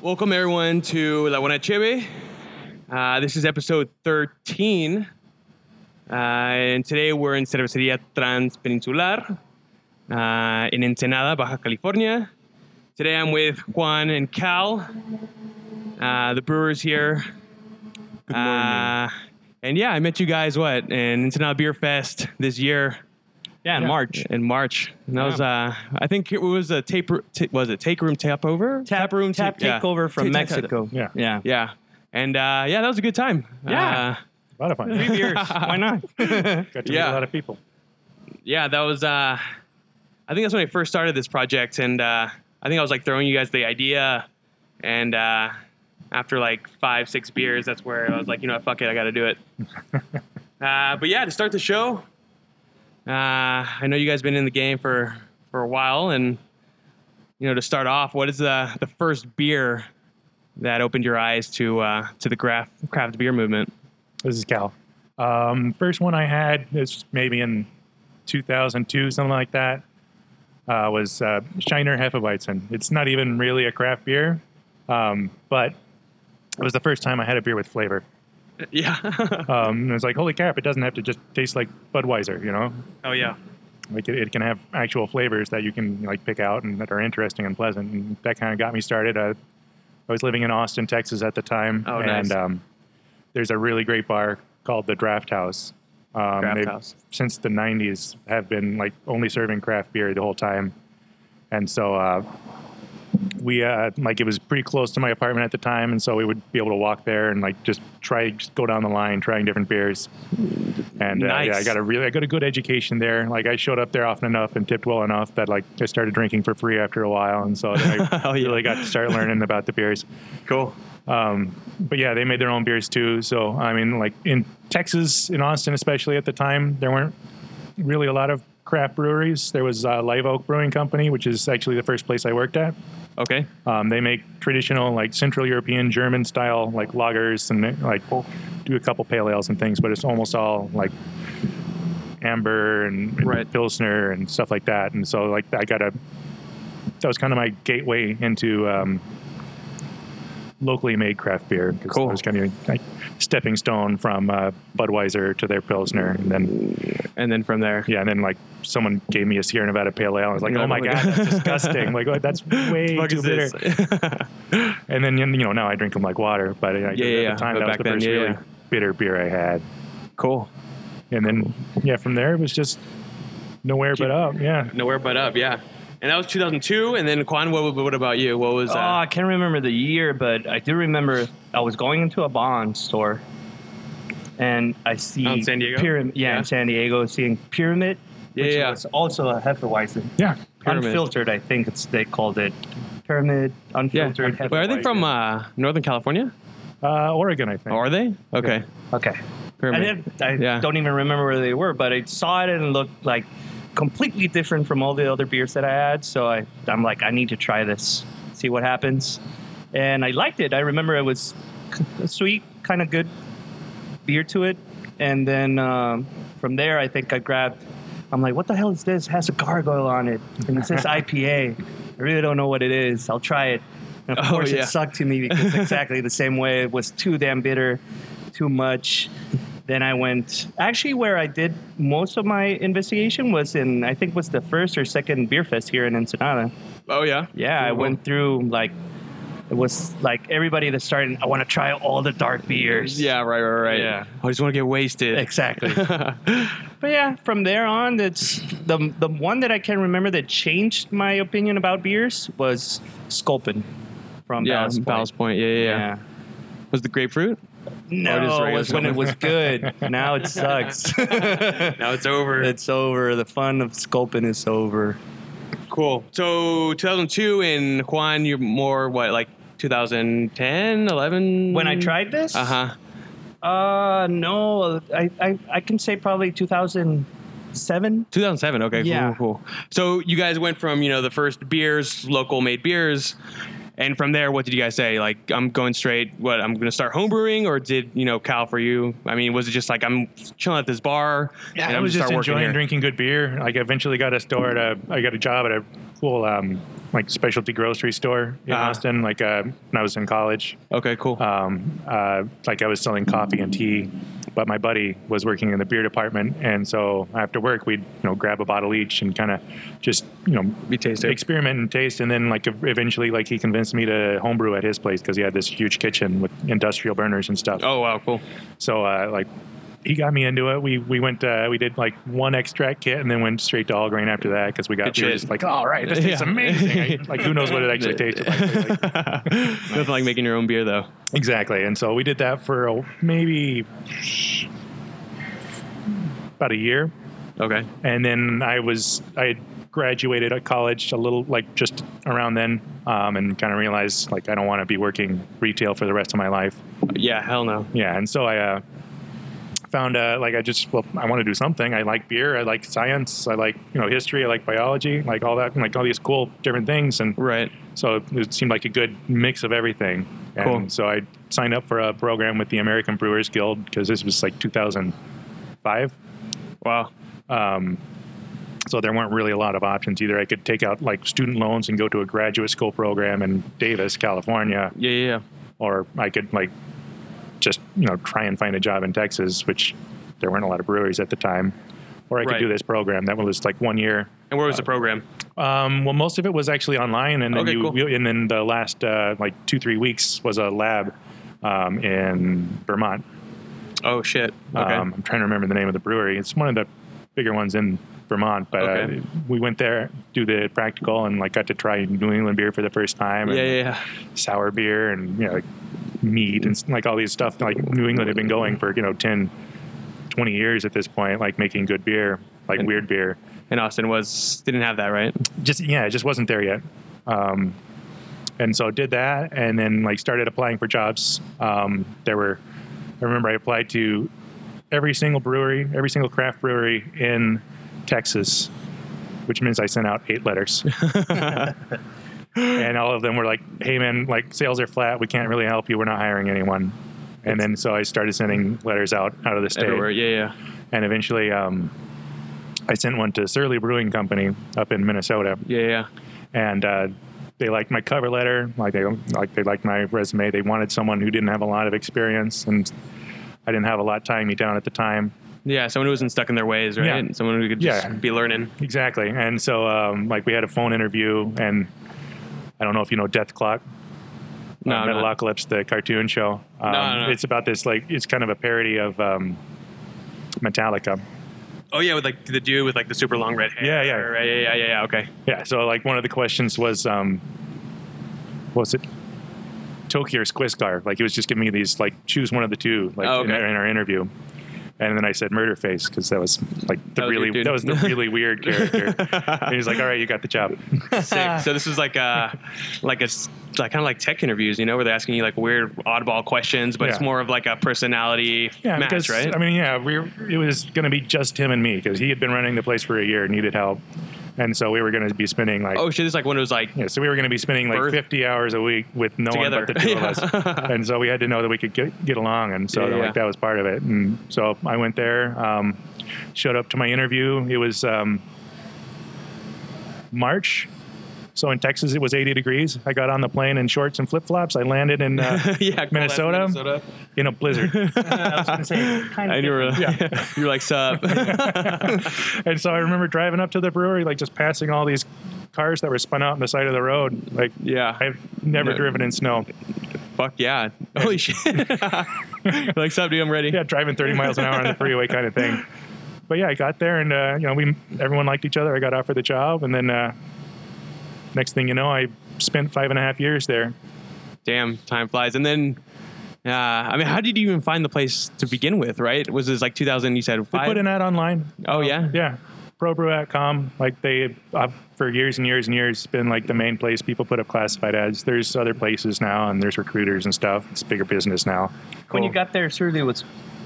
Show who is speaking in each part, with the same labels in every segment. Speaker 1: Welcome everyone to La Buena Cheve. Uh, this is episode 13. Uh, and today we're in Cervecería Transpeninsular uh, in Ensenada, Baja California. Today I'm with Juan and Cal, uh, the brewers here.
Speaker 2: Good morning.
Speaker 1: Uh, and yeah, I met you guys what in Ensenada Beer Fest this year
Speaker 3: Yeah, in March.
Speaker 1: in March. And that was uh, I think it was a tape t- was it take room tap over
Speaker 3: Tap room tap
Speaker 1: yeah.
Speaker 3: takeover from
Speaker 1: Tap- tap- tap-
Speaker 3: Mexico.
Speaker 2: Yeah.
Speaker 3: yeah,
Speaker 1: Yeah. And uh, yeah, that was a good time.
Speaker 3: Yeah.
Speaker 1: Uh,
Speaker 2: A lot of fun.
Speaker 3: Three beers. Why not?
Speaker 2: Got to
Speaker 1: Yeah.
Speaker 2: meet a lot of people.
Speaker 1: yeah, that was uh I think that's when I first started this project and uh I think I was like throwing you guys the idea and uh after like five, six beers, that's where I was like, you know what, fuck it, I gotta do it. uh but yeah, to start the show, uh I know you guys been in the game for for a while and you know, to start off, what is the the first beer that opened your eyes to uh to the craft craft beer movement?
Speaker 2: This is Cal. Um, first one I had is maybe in 2002, something like that. Uh, was uh, Shiner Hefeweizen. It's not even really a craft beer, um, but it was the first time I had a beer with flavor.
Speaker 1: Yeah.
Speaker 2: Um, and it was like, holy crap! It doesn't have to just taste like Budweiser, you know.
Speaker 1: oh yeah.
Speaker 2: Like it, it can have actual flavors that you can like pick out and that are interesting and pleasant. And that kind of got me started. I, I was living in Austin, Texas at the time,
Speaker 1: Oh,
Speaker 2: and
Speaker 1: nice.
Speaker 2: um, there's a really great bar called the Draft House. Um,
Speaker 1: Draft
Speaker 2: they've,
Speaker 1: House.
Speaker 2: Since the '90s, have been like only serving craft beer the whole time, and so uh, we uh, like it was pretty close to my apartment at the time, and so we would be able to walk there and like just try just go down the line trying different beers. And uh, yeah, I
Speaker 1: Nice.
Speaker 2: got a really I got a good education there. Like I showed up there often enough and tipped well enough that like I started drinking for free after a while, and so then I
Speaker 1: Oh, yeah.
Speaker 2: really got to start learning about the beers.
Speaker 1: Cool.
Speaker 2: Um, but yeah, they made their own beers too. So I mean, like in Texas, in Austin especially at the time, there weren't really a lot of craft breweries. There was uh, Live Oak Brewing Company, which is actually the first place I worked at.
Speaker 1: Okay.
Speaker 2: Um, they make traditional like Central European German style like lagers and they, like do a couple pale ales and things, but it's almost all like amber and, and
Speaker 1: Right.
Speaker 2: pilsner and stuff like that. And so like I got a that was kind of my gateway into um, locally made craft beer. 'cause
Speaker 1: Cool.
Speaker 2: It was kind of like stepping stone from uh, Budweiser to their pilsner, and then
Speaker 1: And then from there.
Speaker 2: yeah, and then like someone gave me a Sierra Nevada pale ale. I was like,
Speaker 1: You're
Speaker 2: oh my god, that's disgusting! Like oh, that's way
Speaker 1: Fuck
Speaker 2: too
Speaker 1: is
Speaker 2: bitter.
Speaker 1: this?
Speaker 2: And then you know now I drink them like water, but I, at
Speaker 1: yeah, yeah.
Speaker 2: the time
Speaker 1: But
Speaker 2: that was
Speaker 1: back
Speaker 2: the
Speaker 1: then,
Speaker 2: first
Speaker 1: yeah,
Speaker 2: really
Speaker 1: yeah.
Speaker 2: bitter beer I had.
Speaker 1: cool.
Speaker 2: And then yeah, from there it was just nowhere but up. Yeah,
Speaker 1: Nowhere but up. Yeah. And that was 2002. And then Quan, what, what about you? What was? Uh,
Speaker 3: Oh, I can't remember the year, but I do remember I was going into a bond store, and I see
Speaker 1: Out Oh, in San Diego?
Speaker 3: Pyram- yeah,
Speaker 1: Yeah.
Speaker 3: in San Diego, seeing Pyramid.
Speaker 1: Yeah,
Speaker 3: which
Speaker 1: yeah.
Speaker 3: was also a Hefeweizen,
Speaker 2: yeah.
Speaker 1: Pyramid.
Speaker 3: unfiltered. I think it's they called it Pyramid
Speaker 1: yeah.
Speaker 3: unfiltered.
Speaker 1: Wait, are they
Speaker 3: Hefeweizen.
Speaker 1: from uh, Northern California? Oh,
Speaker 2: Uh, Oregon, I think.
Speaker 1: Are they? Okay.
Speaker 3: Okay, I,
Speaker 1: Pyramid.
Speaker 3: didn't, I
Speaker 1: Yeah.
Speaker 3: don't even remember where they were, but I saw it and it looked like completely different from all the other beers that I had. So I, I'm like, I need to try this, see what happens. And I liked it. I remember it was a sweet, kind of good beer to it. And then um, from there, I think I grabbed. I'm like, what the hell is this? It has a gargoyle on it, and it says IPA. I really don't know what it is. I'll try it. And of
Speaker 1: Oh,
Speaker 3: course,
Speaker 1: yeah.
Speaker 3: it sucked to me because exactly the same way. It was too damn bitter, too much. Then I went actually where I did most of my investigation was in I think was the first or second beer fest here in Ensenada.
Speaker 1: Oh yeah.
Speaker 3: Yeah, I went through like it was like everybody that started. I want to try all the dark beers.
Speaker 1: Yeah. Right. Right. Right.
Speaker 3: Yeah.
Speaker 1: I just want to get wasted.
Speaker 3: Exactly. but yeah, from there on, it's the the one that I can remember that changed my opinion about beers was Sculpin from
Speaker 1: yeah.
Speaker 3: Ballast Point.
Speaker 1: Ballast Point. Yeah, yeah. Yeah.
Speaker 3: Yeah.
Speaker 1: Was the grapefruit? Or just
Speaker 3: No, it
Speaker 1: regular
Speaker 3: was when it was good. now it sucks.
Speaker 1: Now it's over.
Speaker 3: it's over. The fun of Sculpin is over.
Speaker 1: cool. So 2002 and Juan, you're more what like 2010, 11.
Speaker 3: When I tried this,
Speaker 1: Uh huh.
Speaker 3: uh, no, I, I I can say probably 2007.
Speaker 1: 2007. Okay, cool,
Speaker 3: Yeah.
Speaker 1: cool, cool. So you guys went from you know the first beers, local made beers, And from there, what did you guys say? Like, I'm going straight. What I'm going to start homebrewing, or did you know, Cal, for you? I mean, was it just like I'm chilling at this bar?
Speaker 2: Yeah,
Speaker 1: and
Speaker 2: I
Speaker 1: I'm
Speaker 2: was
Speaker 1: gonna
Speaker 2: just
Speaker 1: start working
Speaker 2: enjoying
Speaker 1: here?
Speaker 2: drinking good beer. Like, I eventually got a store at a, I got a job at a cool, um, like specialty grocery store in
Speaker 1: Uh-huh.
Speaker 2: Austin. Like, uh, when I was in college,
Speaker 1: Okay, cool.
Speaker 2: um, uh, like I was selling coffee and tea, but my buddy was working in the beer department, and so after work we'd you know grab a bottle each and kind of just you know
Speaker 1: Be tasty.
Speaker 2: experiment and taste, and then like ev- eventually like he convinced me to homebrew at his place because he had this huge kitchen with industrial burners and stuff.
Speaker 1: oh wow, cool.
Speaker 2: So uh, like he got me into it. We we went uh, we did like one extract kit and then went straight to all grain after that because we got
Speaker 1: Good
Speaker 2: we were
Speaker 1: shit.
Speaker 2: just like all right this tastes
Speaker 1: Yeah.
Speaker 2: amazing. I- like who knows what it actually tasted like. but, like
Speaker 1: Nothing like making your own beer though.
Speaker 2: Exactly. And so we did that for oh, maybe about a year.
Speaker 1: Okay.
Speaker 2: And then I was, I had graduated at college a little, like just around then, um, and kind of realized, like, I don't want to be working retail for the rest of my life.
Speaker 1: Yeah, hell no.
Speaker 2: Yeah. And so I, uh, found uh, like i just well i want to do something i like beer i like science i like you know history i like biology like all that like all these cool different things and
Speaker 1: Right.
Speaker 2: so it seemed like a good mix of everything. And
Speaker 1: Cool.
Speaker 2: So I signed up for a program with the American Brewers Guild because this was like 2005.
Speaker 1: Wow.
Speaker 2: Um, so there weren't really a lot of options either. I could take out like student loans and go to a graduate school program in Davis, California,
Speaker 1: Yeah, yeah, yeah.
Speaker 2: or I could like just you know try and find a job in Texas, which there weren't a lot of breweries at the time. Or I could
Speaker 1: Right.
Speaker 2: do this program that was like one year
Speaker 1: And where was the
Speaker 2: Uh,
Speaker 1: program?
Speaker 2: um, well, most of it was actually online, and then
Speaker 1: Okay,
Speaker 2: you,
Speaker 1: cool.
Speaker 2: you- and then the last uh, like two three weeks was a lab um, in Vermont.
Speaker 1: Oh shit. Okay.
Speaker 2: Um, I'm trying to remember the name of the brewery. It's one of the bigger ones in Vermont, but
Speaker 1: Okay.
Speaker 2: uh, we went there, do the practical, and like got to try New England beer for the first time,
Speaker 1: yeah,
Speaker 2: and
Speaker 1: yeah, yeah.
Speaker 2: sour beer, and you know, like mead, and like all these stuff. Like New England had been going for you know 10, 20 years at this point, like making good beer, like
Speaker 1: And-
Speaker 2: weird beer.
Speaker 1: And Austin was didn't have that, right?
Speaker 2: just yeah, it just wasn't there yet. Um, and so did that, and then like started applying for jobs. Um, there were, I remember I applied to every single brewery, every single craft brewery in Texas, which means I sent out eight letters, and all of them were like, "Hey man, like sales are flat. We can't really help you. We're not hiring anyone." And then so I started sending letters out out of the state
Speaker 1: Everywhere. Yeah, yeah.
Speaker 2: and eventually um, I sent one to Surly Brewing Company up in Minnesota,
Speaker 1: Yeah, yeah.
Speaker 2: and uh, they liked my cover letter, like they like they liked my resume. They wanted someone who didn't have a lot of experience, and I didn't have a lot tying me down at the time.
Speaker 1: Yeah, someone who wasn't stuck in their ways, right?
Speaker 2: Yeah.
Speaker 1: Someone who could just
Speaker 2: Yeah.
Speaker 1: be learning.
Speaker 2: Exactly, and so um, like we had a phone interview, and I don't know if you know Death Clock.
Speaker 1: No,
Speaker 2: uh,
Speaker 1: I'm not.
Speaker 2: Metalocalypse, the cartoon show. Um,
Speaker 1: no, no.
Speaker 2: It's about this like it's kind of a parody of um, Metallica.
Speaker 1: Oh yeah, with like the dude with like the super long red hair.
Speaker 2: Yeah, yeah.
Speaker 1: Right, yeah, yeah, yeah, yeah. Okay.
Speaker 2: Yeah. So like one of the questions was, um, what was it Tokyo or Squiscar? Like he was just giving me these like choose one of the two like
Speaker 1: Oh,
Speaker 2: in,
Speaker 1: okay.
Speaker 2: our, in our interview. And then I said murder face because that was like the
Speaker 1: That was your
Speaker 2: really
Speaker 1: dude.
Speaker 2: that was the really weird character. and he's like, "All right, you got the job."
Speaker 1: Sick. so this was like a, like a, s- like kind of like tech interviews, you know, where they're asking you like weird oddball questions, but it's
Speaker 2: Yeah.
Speaker 1: more of like a personality
Speaker 2: Yeah,
Speaker 1: match,
Speaker 2: because
Speaker 1: right?
Speaker 2: I mean, yeah, we were, it was going to be just him and me because he had been running the place for a year, needed help, and so we were going to be spending like
Speaker 1: oh shit, it's like one of those like
Speaker 2: Yeah, so we were going to be spending like
Speaker 1: Birth.
Speaker 2: 50 hours a week with no
Speaker 1: Together.
Speaker 2: one but the two of
Speaker 1: Yeah.
Speaker 2: us. And so we had to know that we could get, get along. And so
Speaker 1: Yeah, yeah.
Speaker 2: like that was part of it. And so I went there, um, showed up to my interview. It was um, March. So in Texas, it was 80 degrees. I got on the plane in shorts and flip flops. I landed in uh,
Speaker 1: yeah, cool, that's
Speaker 2: Minnesota?
Speaker 1: Minnesota.
Speaker 2: in a blizzard.
Speaker 3: I was gonna say, kind
Speaker 1: I
Speaker 3: of.
Speaker 1: knew you were,
Speaker 2: Yeah.
Speaker 1: you were like, sup.
Speaker 2: and so I remember driving up to the brewery, like just passing all these cars that were spun out on the side of the road. Like
Speaker 1: yeah.
Speaker 2: I've never
Speaker 1: No.
Speaker 2: driven in snow.
Speaker 1: Fuck yeah. Holy shit. You're like, sup, dude, I'm ready.
Speaker 2: yeah, driving 30 miles an hour on the freeway kind of thing. But yeah, I got there and uh, you know we everyone liked each other. I got offered the job, and then uh, next thing you know, I spent five and a half years there.
Speaker 1: Damn, time flies. And then, uh, I mean, how did you even find the place to begin with, right? Was this like 2000, you said?
Speaker 2: They
Speaker 1: Five?
Speaker 2: put an ad online.
Speaker 1: oh, yeah?
Speaker 2: Yeah, probrew.com. Like they uh, for years and years and years been like the main place people put up classified ads. There's other places now, and there's recruiters and stuff. It's bigger business now.
Speaker 3: When you got there, surely it was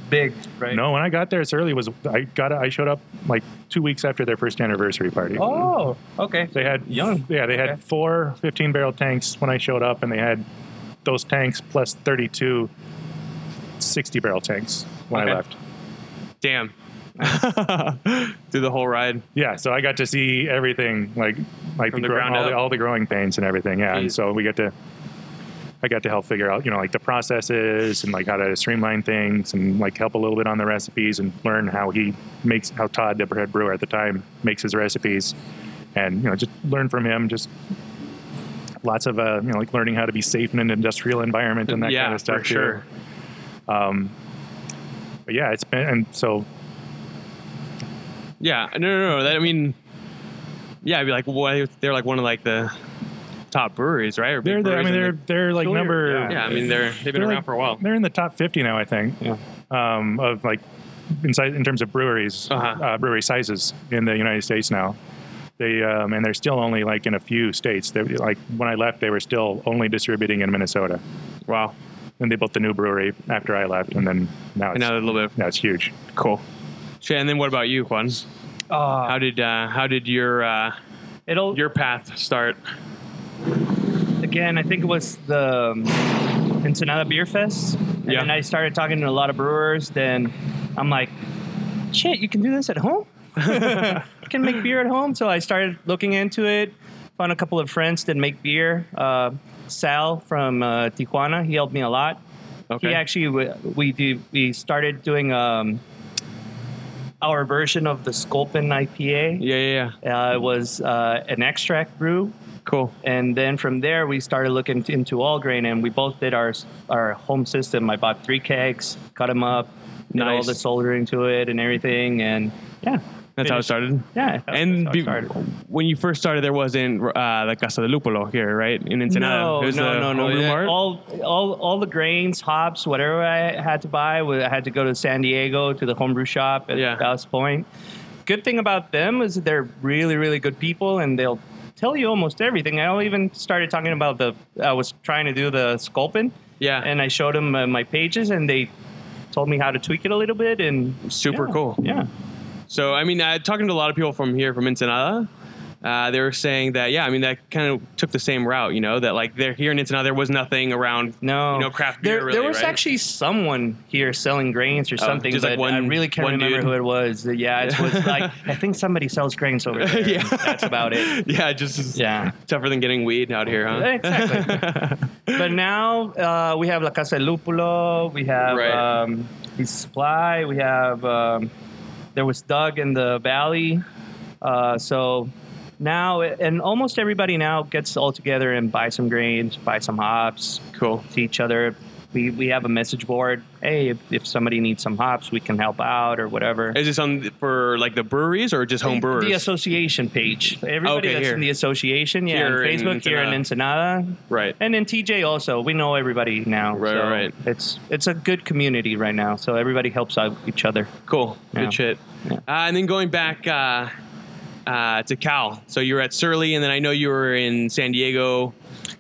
Speaker 3: big, right?
Speaker 2: No, when I got there, it's early. Was I got? I showed up like two weeks after their first anniversary party.
Speaker 3: Oh, okay.
Speaker 2: They had
Speaker 3: Young.
Speaker 2: Yeah, they had
Speaker 3: Okay.
Speaker 2: four 15 barrel tanks when I showed up, and they had those tanks plus 32 60 barrel tanks when
Speaker 1: Okay.
Speaker 2: I left.
Speaker 1: Damn. Through the whole ride.
Speaker 2: Yeah, so I got to see everything, like like
Speaker 1: From the
Speaker 2: the grow-
Speaker 1: ground
Speaker 2: all, the,
Speaker 1: up.
Speaker 2: all the growing pains and everything. Yeah, and
Speaker 1: Jeez.
Speaker 2: so we got to. I got to help figure out, you know, like the processes and like how to streamline things and like help a little bit on the recipes and learn how he makes, how Todd, the head brewer at the time, makes his recipes, and you know, just learn from him. Just lots of, uh, you know, like learning how to be safe in an industrial environment and that
Speaker 1: yeah,
Speaker 2: kind of stuff.
Speaker 1: for
Speaker 2: too.
Speaker 1: sure.
Speaker 2: Um, but yeah, it's been and so
Speaker 1: Yeah, no, no, no. That, I mean, yeah, I'd be like, well, they're like one of like the top breweries, right? Or big
Speaker 2: they're, the I
Speaker 1: breweries
Speaker 2: mean,
Speaker 1: in
Speaker 2: they're they're like
Speaker 3: Sure,
Speaker 2: number
Speaker 1: the- yeah, I mean, they're they've been
Speaker 2: They're
Speaker 1: around
Speaker 2: like-
Speaker 1: for a while.
Speaker 2: They're in the top 50 now, I think.
Speaker 1: Yeah.
Speaker 2: Um, of like inside in terms of breweries,
Speaker 1: Uh-huh.
Speaker 2: uh, brewery sizes in the United States now. They um, and they're still only like in a few states. They, like when I left, they were still only distributing in Minnesota.
Speaker 1: Wow,
Speaker 2: Then they built the new brewery after I left, and then now
Speaker 1: I
Speaker 2: it's,
Speaker 1: know a little bit.
Speaker 2: now it's huge.
Speaker 1: Cool. Shit, and then what about you, Juan?
Speaker 3: Uh,
Speaker 1: How did uh, how did your uh,
Speaker 3: it'll
Speaker 1: your path start?
Speaker 3: again. I think it was the um, Ensenada Beer Fest, and
Speaker 1: Yeah.
Speaker 3: then I started talking to a lot of brewers. Then I'm like, shit, you can do this at home. I can make beer at home. So I started looking into it. Found a couple of friends that make beer. Uh, Sal from uh, Tijuana, he helped me a lot.
Speaker 1: Okay.
Speaker 3: He actually w- we do we started doing um, our version of the Sculpin IPA.
Speaker 1: yeah, yeah,
Speaker 3: Uh, it was uh, an extract brew,
Speaker 1: yeah. Cool.
Speaker 3: and then from there we started looking t- into all grain, and we both did our s- our home system. I bought three kegs, cut them up, did all
Speaker 1: Nice.
Speaker 3: the soldering to it and everything, and yeah,
Speaker 1: That's how it
Speaker 3: finished-
Speaker 1: started.
Speaker 3: Yeah, Oh, that's
Speaker 1: And
Speaker 3: how it
Speaker 1: be-
Speaker 3: started.
Speaker 1: when you first started, there wasn't uh, like Casa de Lúpulo here, right? In Ensenada,
Speaker 3: No,
Speaker 1: It was
Speaker 3: no,
Speaker 1: a
Speaker 3: no, no,
Speaker 1: homebrew
Speaker 3: Yeah,
Speaker 1: mart?
Speaker 3: All, all, all the grains, hops, whatever I had to buy, wa- I had to go to San Diego to the homebrew shop at
Speaker 1: Yeah.
Speaker 3: Dallas Point. Good thing about them is that they're really, really good people, and they'll tell you almost everything. I even started talking about the. I was trying to do the sculpin,
Speaker 1: yeah,
Speaker 3: and I showed them uh, my pages, and they told me how to tweak it a little bit, and
Speaker 1: super
Speaker 3: yeah,
Speaker 1: cool.
Speaker 3: Yeah.
Speaker 1: So, I mean, uh, talking to a lot of people from here, from Ensenada, uh, they were saying that, yeah, I mean, that kind of took the same route, you know, that like they're here in Ensenada, there was nothing around.
Speaker 3: No,
Speaker 1: You know, craft beer
Speaker 3: There,
Speaker 1: really,
Speaker 3: there was
Speaker 1: right? Oh,
Speaker 3: actually someone here selling grains or something,
Speaker 1: just like
Speaker 3: but
Speaker 1: one-
Speaker 3: I really can't
Speaker 1: one
Speaker 3: remember
Speaker 1: dude?
Speaker 3: who it was. Yeah, it was like I think somebody sells grains over there.
Speaker 1: Yeah.
Speaker 3: that's about it.
Speaker 1: Yeah, just is
Speaker 3: Yeah.
Speaker 1: tougher than getting weed out here, huh?
Speaker 3: Exactly. but now uh, we have La Casa del Lupulo. We have
Speaker 1: Right.
Speaker 3: um, East Supply. We have um, there was Doug in the Valley. Uh, so now and almost everybody now gets all together and buy some grains, buy some hops,
Speaker 1: Cool.
Speaker 3: to each other. We, we have a message board. Hey, if, if somebody needs some hops, we can help out or whatever.
Speaker 1: Is this on for like the breweries or just home brewers?
Speaker 3: The association page. Everybody
Speaker 1: Okay,
Speaker 3: that's
Speaker 1: here.
Speaker 3: in the association, yeah,
Speaker 1: Here
Speaker 3: on
Speaker 1: in
Speaker 3: Facebook here in Ensenada,
Speaker 1: Right.
Speaker 3: and in TJ also. We know everybody now.
Speaker 1: Right,
Speaker 3: so
Speaker 1: right.
Speaker 3: It's it's a good community right now. So everybody helps out each other.
Speaker 1: Cool.
Speaker 3: Yeah.
Speaker 1: Good shit.
Speaker 3: Yeah.
Speaker 1: Uh, and then going back uh, uh, to Cal. So you were at Surly, and then I know you were in San Diego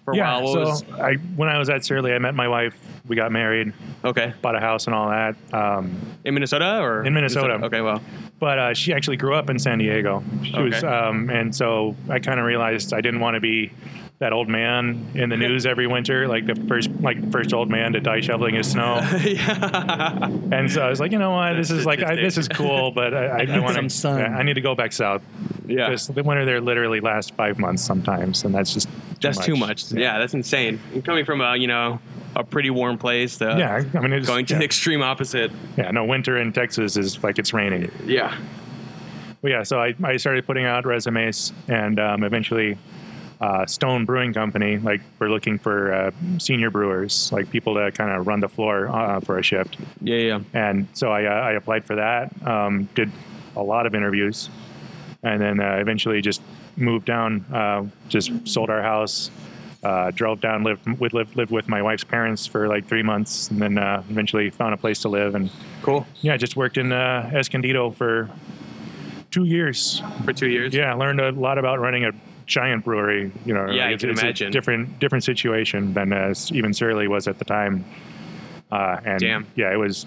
Speaker 1: for a
Speaker 2: yeah.
Speaker 1: while. What
Speaker 2: so
Speaker 1: was-
Speaker 2: I when I was at Surly, I met my wife. We got married,
Speaker 1: okay.
Speaker 2: bought a house, and all that. Um,
Speaker 1: In Minnesota or?
Speaker 2: In Minnesota.
Speaker 1: Okay, well.
Speaker 2: but uh, she actually grew up in San Diego. She was,
Speaker 1: Okay.
Speaker 2: um, and so I kind of realized I didn't want to be that old man in the news every winter, like the first, like first old man to die shoveling his snow.
Speaker 1: yeah.
Speaker 2: And so I was like, you know what, this is like, I, this is cool, but I, I, I want
Speaker 3: some sun.
Speaker 2: I need to go back south
Speaker 1: Yeah.
Speaker 2: because the winter there literally lasts five months sometimes, and that's just too
Speaker 1: That's too much. Yeah. that's insane. And coming from a you know a pretty warm place to
Speaker 2: Yeah, I mean, it's,
Speaker 1: going to
Speaker 2: yeah,
Speaker 1: the extreme opposite.
Speaker 2: yeah, no, winter in Texas is like it's raining.
Speaker 1: Yeah.
Speaker 2: But yeah, so I, I started putting out resumes, and um, eventually, uh, Stone Brewing Company like we're looking for uh, senior brewers, like people to kind of run the floor uh, for a shift.
Speaker 1: Yeah. Yeah.
Speaker 2: And so I, uh, I applied for that, um, did a lot of interviews, and then uh, eventually just moved down, uh, just sold our house. Uh, drove down, lived with lived, lived with my wife's parents for like three months, and then uh, eventually found a place to live. And
Speaker 1: Cool.
Speaker 2: yeah, just worked in uh, Escondido for two years,
Speaker 1: For two years.
Speaker 2: yeah, I learned a lot about running a giant brewery. You know,
Speaker 1: Yeah, I
Speaker 2: it's,
Speaker 1: can
Speaker 2: it's
Speaker 1: imagine.
Speaker 2: a different different situation than uh, even Surly was at the time. Uh, and
Speaker 1: Damn.
Speaker 2: yeah, it was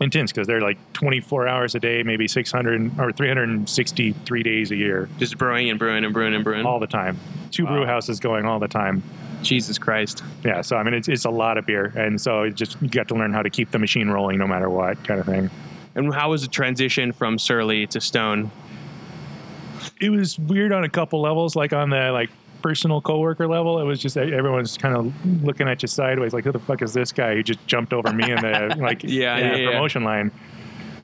Speaker 2: intense because they're like 24 hours a day, maybe 600 or 363 days a year,
Speaker 1: Just brewing and brewing and brewing and brewing.
Speaker 2: all the time. Two
Speaker 3: Wow.
Speaker 2: brew houses going all the time.
Speaker 1: Jesus Christ.
Speaker 2: Yeah, so I mean, it's, it's a lot of beer, and so it just you got to learn how to keep the machine rolling no matter what kind of thing.
Speaker 1: And how was the transition from Surly to Stone?
Speaker 2: It was weird on a couple levels, like on the like personal coworker level, it was just that everyone's kind of looking at you sideways, like who the fuck is this guy who just jumped over me in the like
Speaker 1: Yeah,
Speaker 2: in
Speaker 1: yeah,
Speaker 2: the
Speaker 1: yeah.
Speaker 2: promotion line,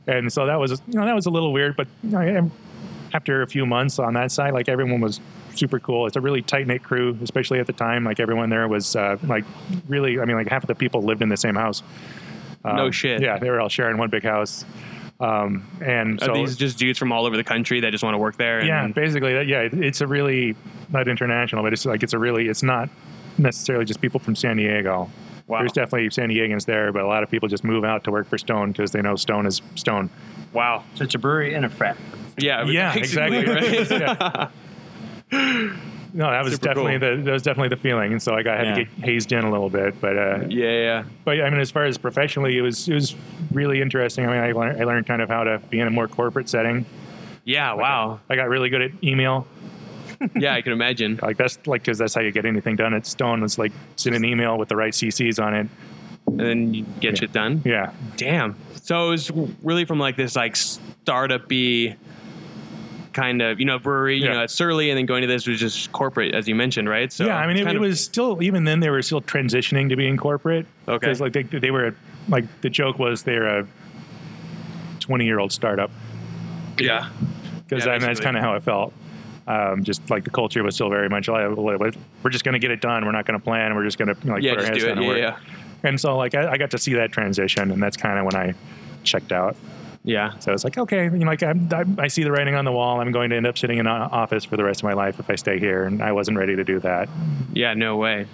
Speaker 2: and so that was you know that was a little weird, but you know, and after a few months on that side, like everyone was super cool. It's a really tight knit crew, especially at the time. Like everyone there was uh, like really, I mean, like half of the people lived in the same house. Um,
Speaker 1: No shit.
Speaker 2: Yeah, they were all sharing one big house. Um, and so,
Speaker 1: Are these just dudes from all over the country that just want to work there? And
Speaker 2: yeah, basically, that, yeah, it, it's a really not international, but it's like it's a really it's not necessarily just people from San Diego.
Speaker 1: Wow.
Speaker 2: There's definitely San Diegans there, but a lot of people just move out to work for Stone because they know Stone is Stone.
Speaker 1: Wow.
Speaker 3: So it's a brewery and a frat.
Speaker 1: Yeah.
Speaker 2: Yeah, exactly.
Speaker 1: right?
Speaker 2: No, that was
Speaker 1: Super
Speaker 2: definitely the that was definitely the feeling, and so like I had
Speaker 3: Yeah.
Speaker 2: to get hazed in a little bit, but uh,
Speaker 1: yeah. Yeah.
Speaker 2: but I mean, as far as professionally, it was it was really interesting. I mean, I learned I learned kind of how to be in a more corporate setting.
Speaker 1: Yeah. Wow.
Speaker 2: I got really good at email.
Speaker 1: Yeah, I can imagine.
Speaker 2: Like that's like because that's how you get anything done at Stone. Was like send an email with the right CCs on it.
Speaker 1: And then you get
Speaker 2: Yeah.
Speaker 1: shit done.
Speaker 2: Yeah,
Speaker 1: Damn. So it was really from like this like startup-y kind of you know brewery you
Speaker 2: Yeah.
Speaker 1: know at Surly and then going to this was just corporate as you mentioned right so
Speaker 2: yeah. I mean,
Speaker 1: it's
Speaker 2: it,
Speaker 1: kind
Speaker 2: it
Speaker 1: of-
Speaker 2: was still even then they were still transitioning to being corporate.
Speaker 1: Okay.
Speaker 2: 'Cause, like they they were like the joke was they're a twenty year old startup
Speaker 1: yeah
Speaker 2: because
Speaker 1: Yeah,
Speaker 2: I mean, that's
Speaker 1: basically.
Speaker 2: kind of how it felt. Um, just like the culture was still very much like we're just going to get it done. We're not going to plan. We're just going to like
Speaker 1: yeah
Speaker 2: put our
Speaker 1: just
Speaker 2: heads
Speaker 1: do
Speaker 2: down
Speaker 1: it
Speaker 2: and
Speaker 1: yeah
Speaker 2: work.
Speaker 1: yeah
Speaker 2: And so like I, I got to see that transition, and that's kind of when I checked out.
Speaker 1: yeah
Speaker 2: So it's like, okay, you know, like I'm, I'm, I see the writing on the wall. I'm going to end up sitting in an o- office for the rest of my life if I stay here, and I wasn't ready to do that.
Speaker 1: Yeah, no way.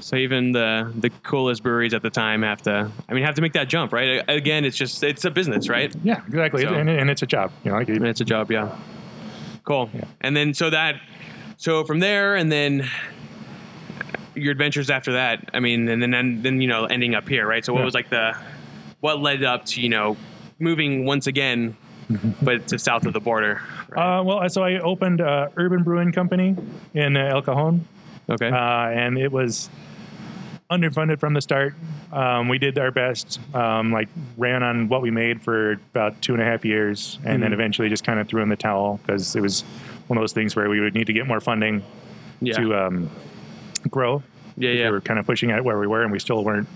Speaker 1: So even the the coolest breweries at the time have to, I mean, have to make that jump, right? A- Again, it's just it's a business, right?
Speaker 2: Yeah, exactly.
Speaker 1: So-
Speaker 2: and, and it's a job, you know. Like,
Speaker 1: I mean, it's a job, yeah. Cool.
Speaker 2: Yeah.
Speaker 1: And then so that, so from there, and then your adventures after that. I mean, and then and then you know ending up here, right? So what
Speaker 2: Yeah.
Speaker 1: was like the, what led up to you know moving once again, but to south of the border? Right?
Speaker 2: uh, well, so I opened uh, Urban Brewing Company in uh, El Cajon,
Speaker 1: okay.
Speaker 2: uh, and it was underfunded from the start. Um, we did our best, um, like ran on what we made for about two and a half years, and then
Speaker 1: Mhm.
Speaker 2: eventually just kind of threw in the towel because it was one of those things where we would need to get more funding
Speaker 1: yeah.
Speaker 2: to um, grow.
Speaker 1: yeah.
Speaker 2: We
Speaker 1: Yeah.
Speaker 2: were kind of pushing it where we were, and we still weren't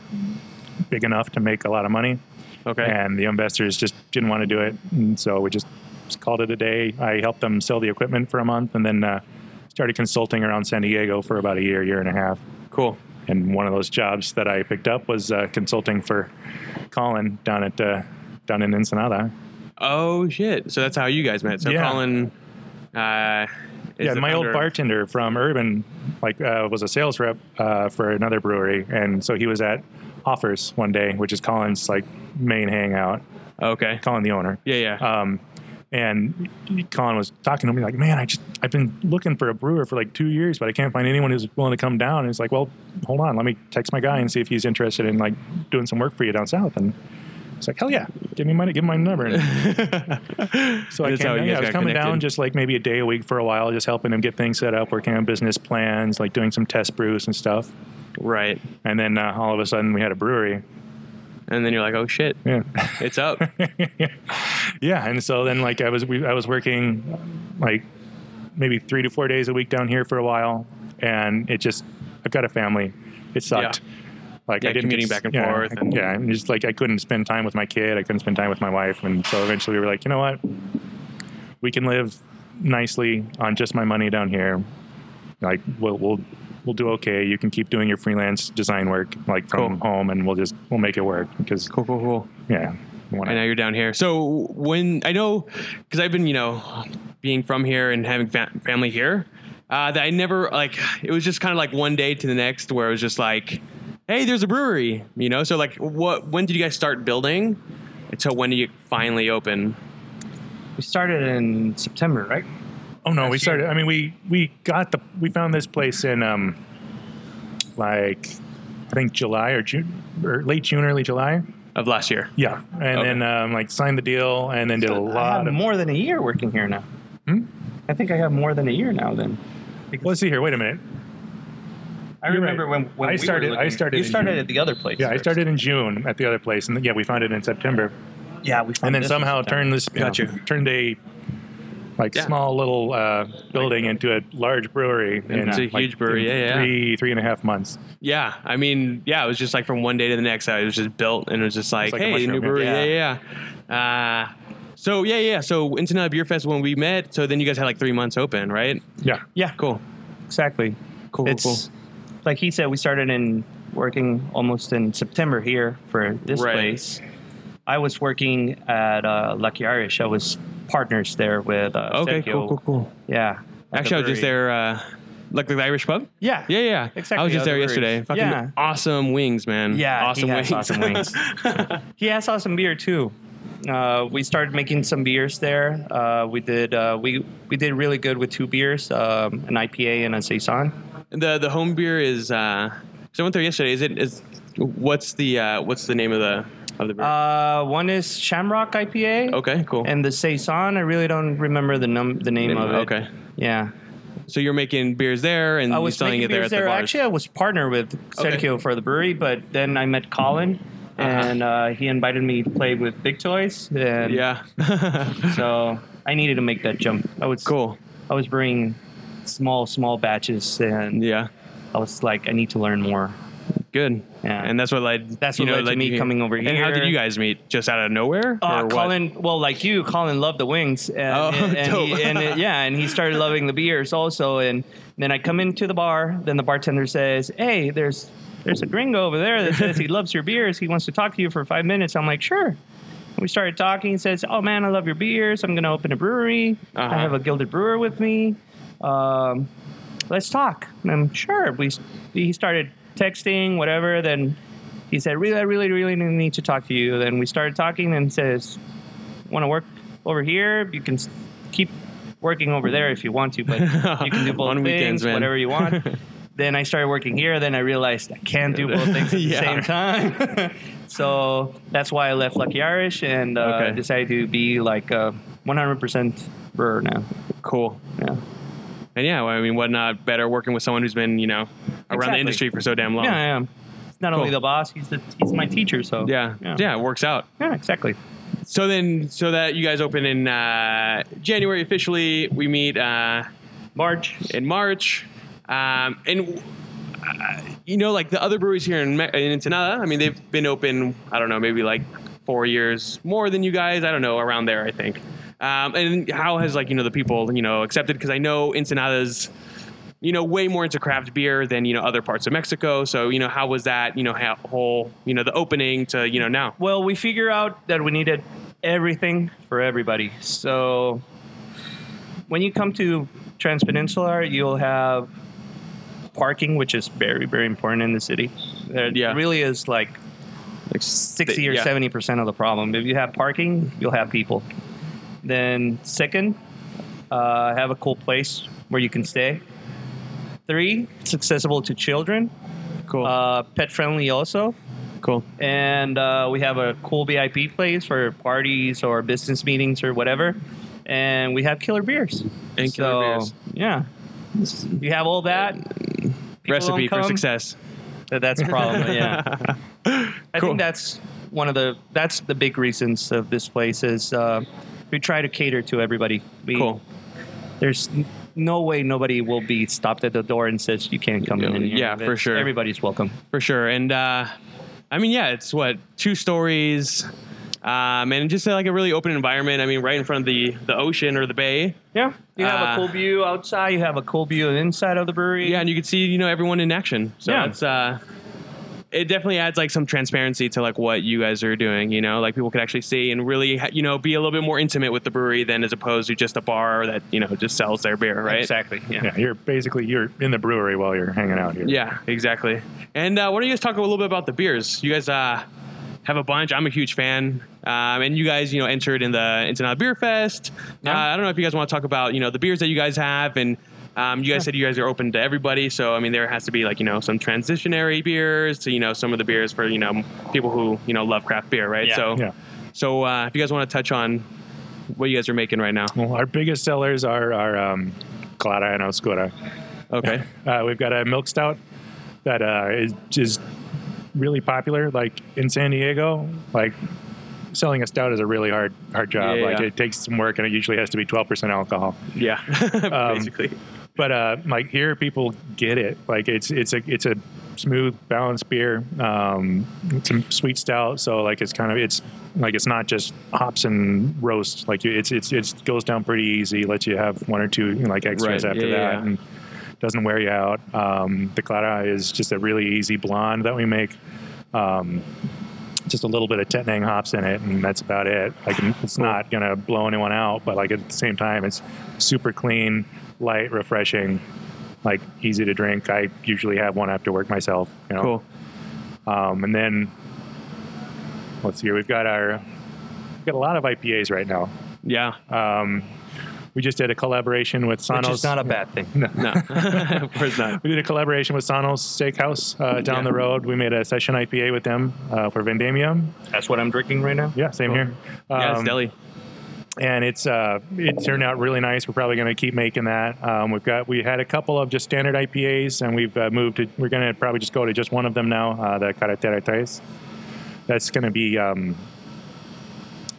Speaker 2: big enough to make a lot of money.
Speaker 1: Okay.
Speaker 2: And the investors just didn't want to do it, and so we just, just called it a day. I helped them sell the equipment for a month, and then uh, started consulting around San Diego for about a year, year and a half.
Speaker 1: Cool.
Speaker 2: And one of those jobs that I picked up was uh, consulting for Colin down at uh, down in Ensenada.
Speaker 1: Oh shit! So that's how you guys met. So
Speaker 2: Yeah.
Speaker 1: Colin, uh, is
Speaker 2: yeah,
Speaker 1: the
Speaker 2: my old
Speaker 1: founder-
Speaker 2: bartender from Urban, like, uh, was a sales rep uh, for another brewery, and so he was at Offers one day, which is Colin's like main hangout.
Speaker 1: Okay.
Speaker 2: Colin, the owner,
Speaker 1: Yeah, yeah.
Speaker 2: um, and Colin was talking to me like, "Man, I just I've been looking for a brewer for like two years, but I can't find anyone who's willing to come down." And it's like, "Well, hold on, let me text my guy and see if he's interested in like doing some work for you down south." And it's like, "Hell yeah, give me my give me my number." And so I
Speaker 1: That's
Speaker 2: came
Speaker 1: how you
Speaker 2: down. Yeah,
Speaker 1: guys
Speaker 2: I was
Speaker 1: got
Speaker 2: coming down
Speaker 1: connected.
Speaker 2: just like maybe a day a week for a while, just helping him get things set up, working on business plans, like doing some test brews and stuff.
Speaker 1: right.
Speaker 2: And then uh, all of a sudden, we had a brewery.
Speaker 1: And then you're like, oh shit,
Speaker 2: Yeah.
Speaker 1: it's up.
Speaker 2: yeah, and so then like I was we, I was working like maybe three to four days a week down here for a while, and it just I've got a family. It sucked. Like
Speaker 1: Yeah, commuting back and
Speaker 2: yeah,
Speaker 1: forth
Speaker 2: I-
Speaker 1: and-
Speaker 2: yeah, and just like I couldn't spend time with my kid. I couldn't spend time with my wife, and so eventually we were like, you know what, we can live nicely on just my money down here. Like we'll we'll we'll do okay. You can keep doing your freelance design work like from
Speaker 1: Cool.
Speaker 2: home, and we'll just we'll make it work because
Speaker 1: cool, cool, cool.
Speaker 2: yeah. we wanna-
Speaker 1: And now you're down here. So when I know, because I've been, you know, being from here and having fa- family here, uh, that I never like. It was just kind of like one day to the next, where it was just like, hey, there's a brewery, you know. So like, what? When did you guys start building? Until when did you finally open?
Speaker 3: We started in September, right?
Speaker 2: Oh no, we
Speaker 3: Last
Speaker 2: started. I mean, we we got the we found this place in um, like I think July or June or late June, early July,
Speaker 1: of last year.
Speaker 2: Yeah, and
Speaker 1: Okay.
Speaker 2: then um, like signed the deal, and then did a
Speaker 3: I
Speaker 2: lot
Speaker 3: have
Speaker 2: of.
Speaker 3: more than a year working here now.
Speaker 2: Hmm?
Speaker 3: I think I have more than a year now. Then
Speaker 2: Let's see here. Wait a minute.
Speaker 3: I
Speaker 2: You're
Speaker 3: remember
Speaker 2: right.
Speaker 3: when, when
Speaker 2: I
Speaker 3: we
Speaker 2: started- I
Speaker 3: Were looking-
Speaker 2: started
Speaker 3: You
Speaker 2: in
Speaker 3: started
Speaker 2: June.
Speaker 3: at the other place.
Speaker 2: Yeah, I
Speaker 3: first.
Speaker 2: started in June at the other place, and yeah, we found it in September,
Speaker 3: Yeah, we
Speaker 2: and
Speaker 3: found
Speaker 2: then
Speaker 3: this in
Speaker 2: somehow
Speaker 3: September.
Speaker 2: turned this
Speaker 1: Gotcha.
Speaker 2: yeah, turned a like
Speaker 1: Yeah.
Speaker 2: small little uh, building into a large brewery.
Speaker 1: Into a
Speaker 2: like,
Speaker 1: huge brewery,
Speaker 2: in
Speaker 1: yeah, yeah.
Speaker 2: Three three and a half months.
Speaker 1: Yeah, I mean, yeah, it was just like from one day to the next. I was just built, and it was just like,
Speaker 2: like a
Speaker 1: hey, new
Speaker 2: mushroom,
Speaker 1: brewery,
Speaker 3: yeah.
Speaker 1: yeah, yeah. yeah. Uh, so yeah, yeah. So Internet Beer Fest when we met. So then you guys had like three months open, right?
Speaker 2: Yeah,
Speaker 3: Yeah,
Speaker 1: Cool,
Speaker 3: exactly.
Speaker 1: cool, cool,
Speaker 3: it's
Speaker 1: cool.
Speaker 3: like he said, we started in working almost in September here for this
Speaker 1: Right.
Speaker 3: place. I was working at uh, Lucky Irish. I was partners there with uh,
Speaker 1: Okay,
Speaker 3: Sergio.
Speaker 1: cool, cool, cool.
Speaker 3: Yeah. at
Speaker 1: Actually, I
Speaker 3: the
Speaker 1: was just
Speaker 3: brewery.
Speaker 1: there, uh, like the Irish pub.
Speaker 3: Yeah.
Speaker 1: Yeah, yeah, I
Speaker 3: Exactly,
Speaker 1: was just there
Speaker 3: other
Speaker 1: yesterday.
Speaker 3: breweries.
Speaker 1: Fucking
Speaker 3: Yeah.
Speaker 1: awesome wings, man.
Speaker 3: Yeah, he
Speaker 1: awesome
Speaker 3: has
Speaker 1: wings.
Speaker 3: awesome wings. He has awesome beer too. Uh, we started making some beers there. Uh, we did uh, we we did really good with two beers, um, an IPA and a saison.
Speaker 1: the the home beer is. Uh, so I went there yesterday. Is it is what's the uh, what's the name of the of the beer?
Speaker 3: Uh, one is Shamrock IPA.
Speaker 1: okay, cool.
Speaker 3: And the saison, I really don't remember the num the name,
Speaker 1: Name-
Speaker 3: of it.
Speaker 1: okay.
Speaker 3: Yeah.
Speaker 1: So you're making beers there, and
Speaker 3: I
Speaker 1: you're
Speaker 3: was
Speaker 1: selling
Speaker 3: making
Speaker 1: it there
Speaker 3: beers
Speaker 1: at the
Speaker 3: there.
Speaker 1: bars.
Speaker 3: Actually, I was partnered with
Speaker 1: Okay. Uh-huh.
Speaker 3: Sergio for the brewery, but then I met Colin, and uh, he invited me to play with Big Toys. And
Speaker 1: yeah.
Speaker 3: So I needed to make that jump. I was
Speaker 1: cool.
Speaker 3: I was brewing small, small batches, and
Speaker 1: Yeah.
Speaker 3: I was like, I need to learn more.
Speaker 1: Good.
Speaker 3: Yeah.
Speaker 1: And that's what led.
Speaker 3: That's what led to
Speaker 1: you
Speaker 3: me
Speaker 1: here.
Speaker 3: coming over
Speaker 1: And how
Speaker 3: here.
Speaker 1: did you guys meet? Just out of nowhere? or
Speaker 3: Uh,
Speaker 1: what?
Speaker 3: Colin, well, like you, Colin loved the wings, and,
Speaker 1: Oh,
Speaker 3: and, and he-
Speaker 1: dope.
Speaker 3: and it- yeah, and he started loving the beers also. And then I come into the bar, then the bartender says, "Hey, there's there's a gringo over there that says he loves your beers. He wants to talk to you for five minutes." I'm like, "Sure." We started talking. He says, "Oh man, I love your beers. I'm gonna open a brewery. I
Speaker 1: Uh-huh.
Speaker 3: have a gilded brewer with me. Um, let's talk." And I'm sure. We he started texting, whatever. Then he said, "Really, I really, really need to talk to you." Then we started talking, and says, "Want to work over here? You can s- keep working over there if you want to, but you can do both
Speaker 1: On
Speaker 3: things,
Speaker 1: weekends, man.
Speaker 3: whatever you want." then I started working here. Then I realized I can't do both things at
Speaker 1: Yeah.
Speaker 3: the same time. so that's why I left Lucky Irish and uh,
Speaker 1: Okay.
Speaker 3: decided to be like uh, a 100% brewer now.
Speaker 1: Cool.
Speaker 3: Yeah.
Speaker 1: And yeah, well, I mean, what not better working with someone who's been, you know, around the
Speaker 3: Exactly.
Speaker 1: industry for so damn long.
Speaker 3: Yeah, I am. It's not only
Speaker 1: Cool.
Speaker 3: the boss; he's the, he's my teacher. So
Speaker 1: Yeah.
Speaker 3: yeah,
Speaker 1: it works out.
Speaker 3: Yeah, exactly.
Speaker 1: So then, so that you guys open in uh, January officially. We meet. Uh,
Speaker 3: March.
Speaker 1: in March. Um, and uh, you know, like the other breweries here in, Me- in Ensenada, I mean, they've been open. I don't know, maybe like four years more than you guys. I don't know, around there, I think. Um, and how has like you know the people you know accepted? Because I know Ensenada's you know way more into craft beer than you know other parts of Mexico. So you know, how was that you know ha- whole you know the opening to you know now?
Speaker 3: Well, we figure out that we needed everything for everybody. So when you come to Transpeninsular, you'll have parking, which is very, very important in the city. There
Speaker 1: Yeah.
Speaker 3: really is like
Speaker 1: Like
Speaker 3: 60 or 70% of the problem. If you have parking, you'll have people. Then, second, uh, have a cool place where you can stay. Three, it's accessible to children,
Speaker 1: Cool.
Speaker 3: uh, pet friendly also
Speaker 1: cool.
Speaker 3: and uh, we have a cool VIP place for parties or business meetings or whatever. And we have killer beers.
Speaker 1: And killer beers.
Speaker 3: Yeah. You have all that. people
Speaker 1: Recipe
Speaker 3: don't
Speaker 1: for
Speaker 3: come,
Speaker 1: success.
Speaker 3: that- That's a problem. Yeah. I
Speaker 1: Cool.
Speaker 3: think that's one of the that's the big reasons of this place is uh, we try to cater to everybody. We,
Speaker 1: Cool.
Speaker 3: There's n- no way nobody will be stopped at the door and says you can't come in. here."
Speaker 1: Yeah, for
Speaker 3: That's-
Speaker 1: sure.
Speaker 3: Everybody's welcome.
Speaker 1: for sure. And uh, I mean, yeah, it's what two stories, um, and just uh, like a really open environment. I mean, right in front of the the ocean or the bay.
Speaker 3: Yeah. You have
Speaker 1: Uh,
Speaker 3: a cool view outside. You have a cool view inside of the brewery.
Speaker 1: Yeah, and you could see you know everyone in action. So
Speaker 3: Yeah.
Speaker 1: it's uh, it definitely adds like some transparency to like what you guys are doing. You know, like people could actually see and really ha- you know be a little bit more intimate with the brewery than as opposed to just a bar that you know just sells their beer, right?
Speaker 3: Exactly. Yeah.
Speaker 2: Yeah, you're basically you're in the brewery while you're hanging out here.
Speaker 1: Yeah, exactly. And uh, why don't you guys talk a little bit about the beers? You guys uh, have a bunch. I'm a huge fan, um, and you guys, you know, entered in the Ensenada Beer Fest.
Speaker 3: Yeah.
Speaker 1: Uh, I don't know if you guys want to talk about, you know, the beers that you guys have and Um, you guys said you guys are open to everybody, so I mean there has to be like you know some transitionary beers to you know some of the beers for you know people who you know love craft beer, right?
Speaker 3: Yeah.
Speaker 1: So
Speaker 2: Yeah.
Speaker 1: so uh, if you guys want to touch on what you guys are making right now,
Speaker 2: Well, our biggest sellers are our um, Clara and Oscura.
Speaker 1: okay,
Speaker 2: Uh, we've got a milk stout that uh, is just really popular. Like in San Diego, like selling a stout is a really hard hard job.
Speaker 1: Yeah,
Speaker 2: like
Speaker 1: yeah.
Speaker 2: it takes some work, and it usually has to be twelve percent alcohol.
Speaker 1: yeah, basically,
Speaker 2: But uh, like here, people get it. Like it's it's a it's a smooth, balanced beer. Um, it's a sweet stout, so like it's kind of it's like it's not just hops and roast. Like it's it's it's goes down pretty easy. Lets you have one or two like extras
Speaker 1: Right.
Speaker 2: after
Speaker 1: Yeah,
Speaker 2: that,
Speaker 1: yeah.
Speaker 2: and doesn't wear you out. Um, the Clara is just a really easy blonde that we make. Um, just a little bit of Tetnang hops in it, and that's about it. Like it's not gonna blow anyone out, but like at the same time, it's super clean, light, refreshing, like easy to drink. I usually have one after work myself. You know?
Speaker 1: cool.
Speaker 2: Um, and then let's see here. We've got our we've got a lot of IPAs right now.
Speaker 1: Yeah,
Speaker 2: Um, we just did a collaboration with Sanos.
Speaker 3: Which is not a bad thing.
Speaker 1: no, of course not.
Speaker 2: we did a collaboration with Sanos Steakhouse uh, down
Speaker 1: Yeah.
Speaker 2: the road. We made a session IPA with them uh, for Vendamium.
Speaker 3: That's what I'm drinking right now.
Speaker 2: Yeah, same
Speaker 3: Cool.
Speaker 2: here.
Speaker 1: Yeah, it's
Speaker 2: Um,
Speaker 1: deli.
Speaker 2: and it's uh, it turned out really nice. We're probably going to keep making that. Um, we've got we had a couple of just standard IPAs, and we've uh, moved to we're going to probably just go to just one of them now, uh, the Carretera Tres. That's going to be. Um,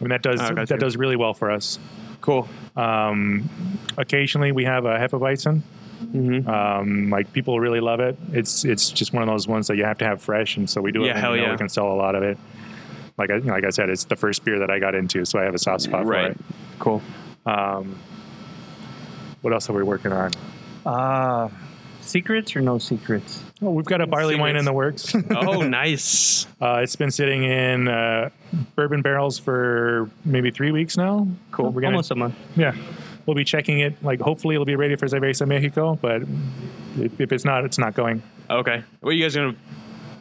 Speaker 2: I mean that does
Speaker 1: Oh, gotcha.
Speaker 2: that does really well for us.
Speaker 1: Cool.
Speaker 2: Um, occasionally we have a hefeweizen.
Speaker 1: hmm
Speaker 3: Uh,
Speaker 2: Um, like people really love it. It's it's just one of those ones that you have to have fresh, and so we do
Speaker 1: Yeah,
Speaker 2: it. and
Speaker 1: hell
Speaker 2: we know
Speaker 1: yeah.
Speaker 2: We can sell a lot of it. Like I, like I said, it's the first beer that I got into, so I have a soft spot for
Speaker 1: Right.
Speaker 2: it.
Speaker 1: Cool.
Speaker 2: Um, what else are we working on?
Speaker 3: Uh, secrets or no secrets?
Speaker 2: Oh, we've got a barley wine in the works. uh,
Speaker 1: Oh, nice.
Speaker 2: it's been sitting in uh, bourbon barrels for maybe three weeks now.
Speaker 3: Cool.
Speaker 2: We're gonna,
Speaker 3: Almost a month.
Speaker 2: yeah. We'll be checking it. Like, hopefully, it'll be ready for Cerveza Mexico. But if, if it's not, it's not going.
Speaker 1: Okay. What are you guys gonna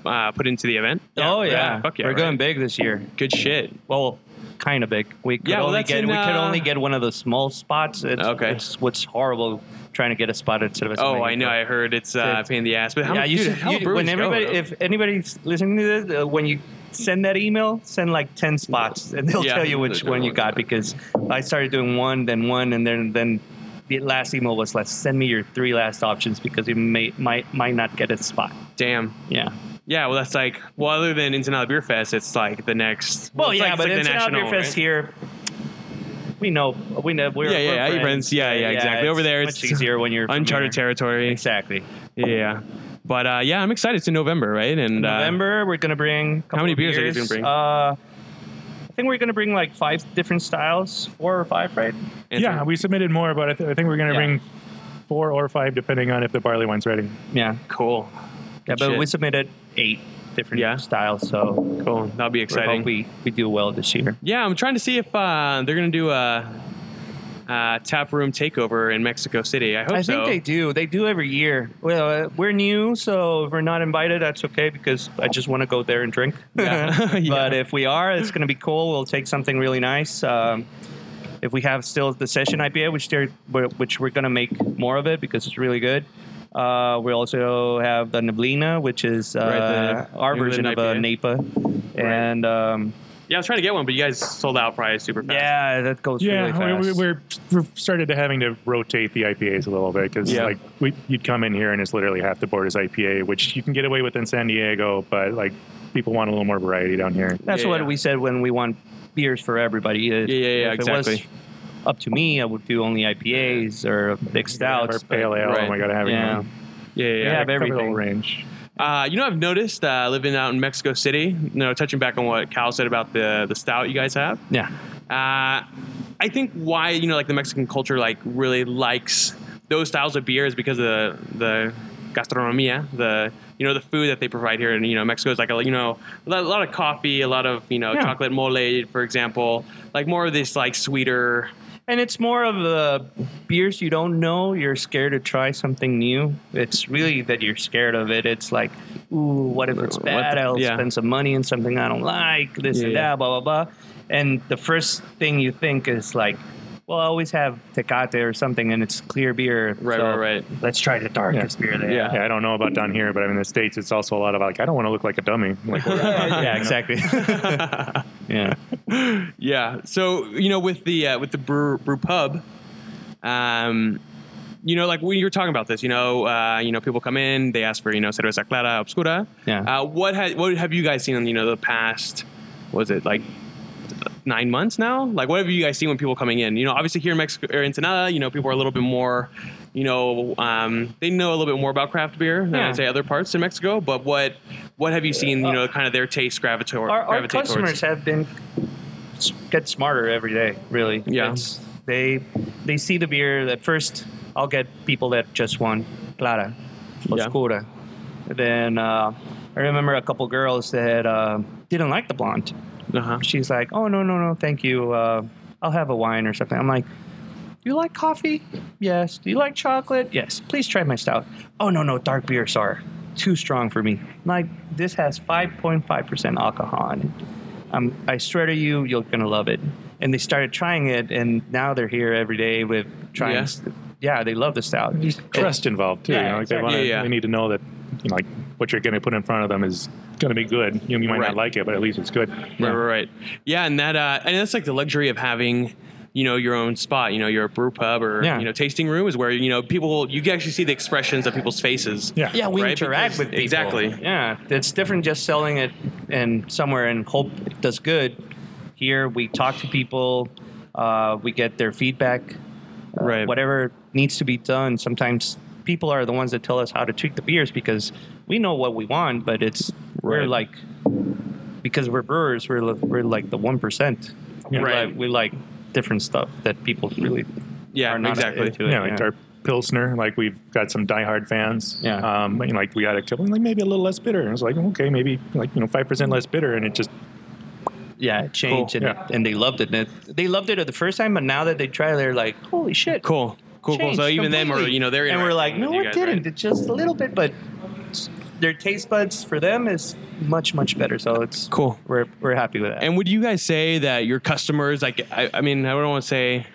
Speaker 1: uh, put into the event?
Speaker 3: oh yeah.
Speaker 1: Fuck yeah.
Speaker 3: We're
Speaker 1: right?
Speaker 3: going big this year.
Speaker 1: Good shit.
Speaker 3: Well, kind of big. We could
Speaker 1: Yeah, well,
Speaker 3: only
Speaker 1: that's
Speaker 3: get
Speaker 1: in,
Speaker 3: we could
Speaker 1: uh,
Speaker 3: only get one of those small spots. It's,
Speaker 1: Okay.
Speaker 3: It's what's horrible trying to get a spot at Cerveza
Speaker 1: Oh,
Speaker 3: Mexico.
Speaker 1: I know. I heard it's uh,
Speaker 3: It's-
Speaker 1: pain in the ass, but how
Speaker 3: yeah,
Speaker 1: much?
Speaker 3: you
Speaker 1: dude,
Speaker 3: should.
Speaker 1: how
Speaker 3: you-
Speaker 1: brewers
Speaker 3: when
Speaker 1: go,
Speaker 3: everybody,
Speaker 1: though?
Speaker 3: if anybody's listening to this, uh, when you send that email, send like ten spots, and they'll
Speaker 1: Yeah.
Speaker 3: tell you which one you got. Because I started doing one, then one, and then then the last email was like, send me your three last options because you may might might not get a spot.
Speaker 1: damn.
Speaker 3: Yeah.
Speaker 1: Yeah, well, that's like well, other than International Beer Fest, it's like the next.
Speaker 3: Well,
Speaker 1: it's
Speaker 3: yeah,
Speaker 1: like,
Speaker 3: but
Speaker 1: like
Speaker 3: it's
Speaker 1: the
Speaker 3: not
Speaker 1: national,
Speaker 3: beer fest
Speaker 1: right?
Speaker 3: here. We know. We know. We're,
Speaker 1: Yeah, yeah,
Speaker 3: we're
Speaker 1: yeah, you're friends. Yeah, yeah, exactly. Over there,
Speaker 3: much
Speaker 1: it's
Speaker 3: easier when you're from
Speaker 1: Uncharted
Speaker 3: here.
Speaker 1: territory.
Speaker 3: Exactly.
Speaker 1: Yeah, but uh, yeah, I'm excited. It's in November, right? And uh,
Speaker 3: November, we're gonna bring. a couple
Speaker 1: many
Speaker 3: of
Speaker 1: beers are you gonna bring?
Speaker 3: Uh, I think we're gonna bring like five different styles, four or five, right?
Speaker 1: Anthony-
Speaker 2: Yeah, we submitted more, but I, th- I think we're going to
Speaker 3: Yeah.
Speaker 2: bring four or five, depending on if the barley wine's ready.
Speaker 3: Yeah.
Speaker 1: cool,
Speaker 3: Yeah,
Speaker 1: Good
Speaker 3: but
Speaker 1: shit.
Speaker 3: we submitted eight different
Speaker 1: Yeah.
Speaker 3: styles, so
Speaker 1: cool. That'll be
Speaker 3: we
Speaker 1: exciting.
Speaker 3: hope we we do well this year.
Speaker 1: Yeah, I'm trying to see if uh, they're gonna do a, uh tap room takeover in Mexico City. I hope
Speaker 3: I
Speaker 1: so.
Speaker 3: think they do. They do every year. Well, uh, we're new, so if we're not invited, that's okay because I just want to go there and drink.
Speaker 1: Yeah. Yeah.
Speaker 3: But if we are, it's going to be cool. We'll take something really nice. Um, if we have still the session IPA, which they're, which we're going to make more of it because it's really good. Uh, we also have the Neblina, which is uh,
Speaker 1: Right, the
Speaker 3: our
Speaker 1: New
Speaker 3: version of a
Speaker 1: England
Speaker 3: NAPA, and um,
Speaker 1: Yeah, I was trying to get one, but you guys sold out probably super fast.
Speaker 3: yeah, that goes really
Speaker 2: Yeah,
Speaker 3: fast.
Speaker 2: we, we- we're we're started to having to rotate the IPAs a little bit because
Speaker 1: Yeah.
Speaker 2: like we, you'd come in here and it's literally half the board is IPA, which you can get away with in San Diego, but like people want a little more variety down here.
Speaker 3: That's
Speaker 1: Yeah,
Speaker 3: what
Speaker 1: yeah.
Speaker 3: we said when we want beers for everybody. If,
Speaker 1: Yeah, yeah, yeah,
Speaker 3: if It
Speaker 1: exactly.
Speaker 3: was up to me, I would do only IPAs or big
Speaker 2: Or
Speaker 3: stouts. but-
Speaker 2: pale ale,
Speaker 1: right.
Speaker 2: oh my god, having
Speaker 3: Yeah.
Speaker 1: yeah, yeah. yeah.
Speaker 3: Yeah,
Speaker 2: cover the
Speaker 3: everything.
Speaker 2: whole range.
Speaker 1: Uh, you know, I've noticed uh, living out in Mexico City. You know, touching back on what Cal said about the the stout you guys have.
Speaker 3: Yeah.
Speaker 1: Uh, I think why you know like the Mexican culture like really likes those styles of beer is because of the the gastronomia, the you know the food that they provide here in you know Mexico is like a you know a lot, a lot of coffee, a lot of you know
Speaker 3: Yeah.
Speaker 1: chocolate mole, for example, like more of this like sweeter.
Speaker 3: And it's more of the beers you don't know. You're scared to try something new. It's really that you're scared of it. It's like, ooh, what if it's
Speaker 1: What
Speaker 3: bad?
Speaker 1: the-
Speaker 3: I'll
Speaker 1: yeah.
Speaker 3: spend some money on something I don't like. This and
Speaker 1: Yeah.
Speaker 3: that, blah blah blah. And the first thing you think is like, well, I always have Tecate or something, and it's clear beer.
Speaker 1: Right,
Speaker 3: so
Speaker 1: right, right.
Speaker 3: Let's try the darkest beer there.
Speaker 1: Yeah.
Speaker 2: Yeah, I don't know about down here, but I mean, in the states, it's also a lot of like, I don't want to look like a dummy. Like,
Speaker 3: yeah, exactly. yeah.
Speaker 1: Yeah. So you know, with the uh, with the brew, brew pub, um, you know, like we were talking about this. You know, uh, you know, people come in, they ask for you know cerveza clara obscura.
Speaker 3: Yeah.
Speaker 1: Uh, what ha- what have you guys seen in you know the past? Was it like nine months now? Like, what have you guys seen when people coming in? You know, obviously here in Mexico or in Ensenada, you know, people are a little bit more. You know, um, they know a little bit more about craft beer than
Speaker 3: Yeah.
Speaker 1: I'd say other parts in Mexico. But what what have you seen? You know, kind of their taste gravitate
Speaker 3: Our, our
Speaker 1: gravitate towards?
Speaker 3: customers have been s- get smarter every day. Really.
Speaker 1: Yeah.
Speaker 3: It's- they they see the beer at first. I'll get people that just want clara,
Speaker 1: Yeah.
Speaker 3: oscura. Then uh, I remember a couple girls that uh, didn't like the blonde.
Speaker 1: Uh-huh.
Speaker 3: she's like, "Oh no, no, no, thank you. Uh, I'll have a wine or something." I'm like, "Do you like coffee? Yes. Do you like chocolate? Yes. Please try my stout. Oh no, no, dark beers are too strong for me. I'm like this has 5.5 percent alcohol in it. Um, I swear to you, you're gonna love it." And they started trying it, and now they're here every day with trying.
Speaker 1: Yeah.
Speaker 3: st- Yeah, they love the stout.
Speaker 2: trust involved too.
Speaker 3: Yeah,
Speaker 2: you know, like
Speaker 3: exactly.
Speaker 2: they want to,
Speaker 1: Yeah, yeah.
Speaker 2: they need to know that, you know, like what you're going to put in front of them is going to be good. You, know, you might
Speaker 1: Right.
Speaker 2: not like it, but at least it's good.
Speaker 1: Right, right, right. Yeah, and that uh, and that's like the luxury of having you know your own spot. You know, your brew pub or
Speaker 3: Yeah.
Speaker 1: you know tasting room is where you know people you can actually see the expressions of people's faces.
Speaker 2: Yeah.
Speaker 3: Yeah, we
Speaker 1: Right,
Speaker 3: interact
Speaker 1: because-
Speaker 3: with people.
Speaker 1: exactly.
Speaker 3: Yeah, it's different just selling it and somewhere and hope it does good. Here we talk to people, uh, we get their feedback, uh,
Speaker 1: Right.
Speaker 3: Whatever needs to be done. Sometimes people are the ones that tell us how to treat the beers because we know what we want, but it's we're
Speaker 1: Right.
Speaker 3: like because we're brewers, we're li- we're like the one percent.
Speaker 1: Right.
Speaker 3: Like, we like different stuff that people really
Speaker 1: Yeah,
Speaker 3: are not
Speaker 1: exactly.
Speaker 3: into it.
Speaker 2: Yeah, like our Pilsner, like we've got some diehard fans.
Speaker 3: Yeah.
Speaker 2: Um, and like we got a couple, like maybe a little less bitter. And it's like, okay, maybe like, you know, 5% less bitter. And it just,
Speaker 3: Yeah, it changed,
Speaker 2: Cool.
Speaker 3: and,
Speaker 2: Yeah.
Speaker 3: and they loved it. And it- They loved it the first time, but now that they try, it, they're like, "Holy shit!"
Speaker 1: Cool, cool, cool.
Speaker 3: changed
Speaker 1: So even them are
Speaker 3: completely.
Speaker 1: you know they're
Speaker 3: and we're like,
Speaker 1: interacting
Speaker 3: "No,
Speaker 1: with you
Speaker 3: it
Speaker 1: guys,
Speaker 3: didn't.
Speaker 1: right?
Speaker 3: It's just a little bit, but their taste buds for them is much much better. So it's
Speaker 1: Cool.
Speaker 3: We're we're happy with that.
Speaker 1: And would you guys say that your customers like I, I mean I don't want to say.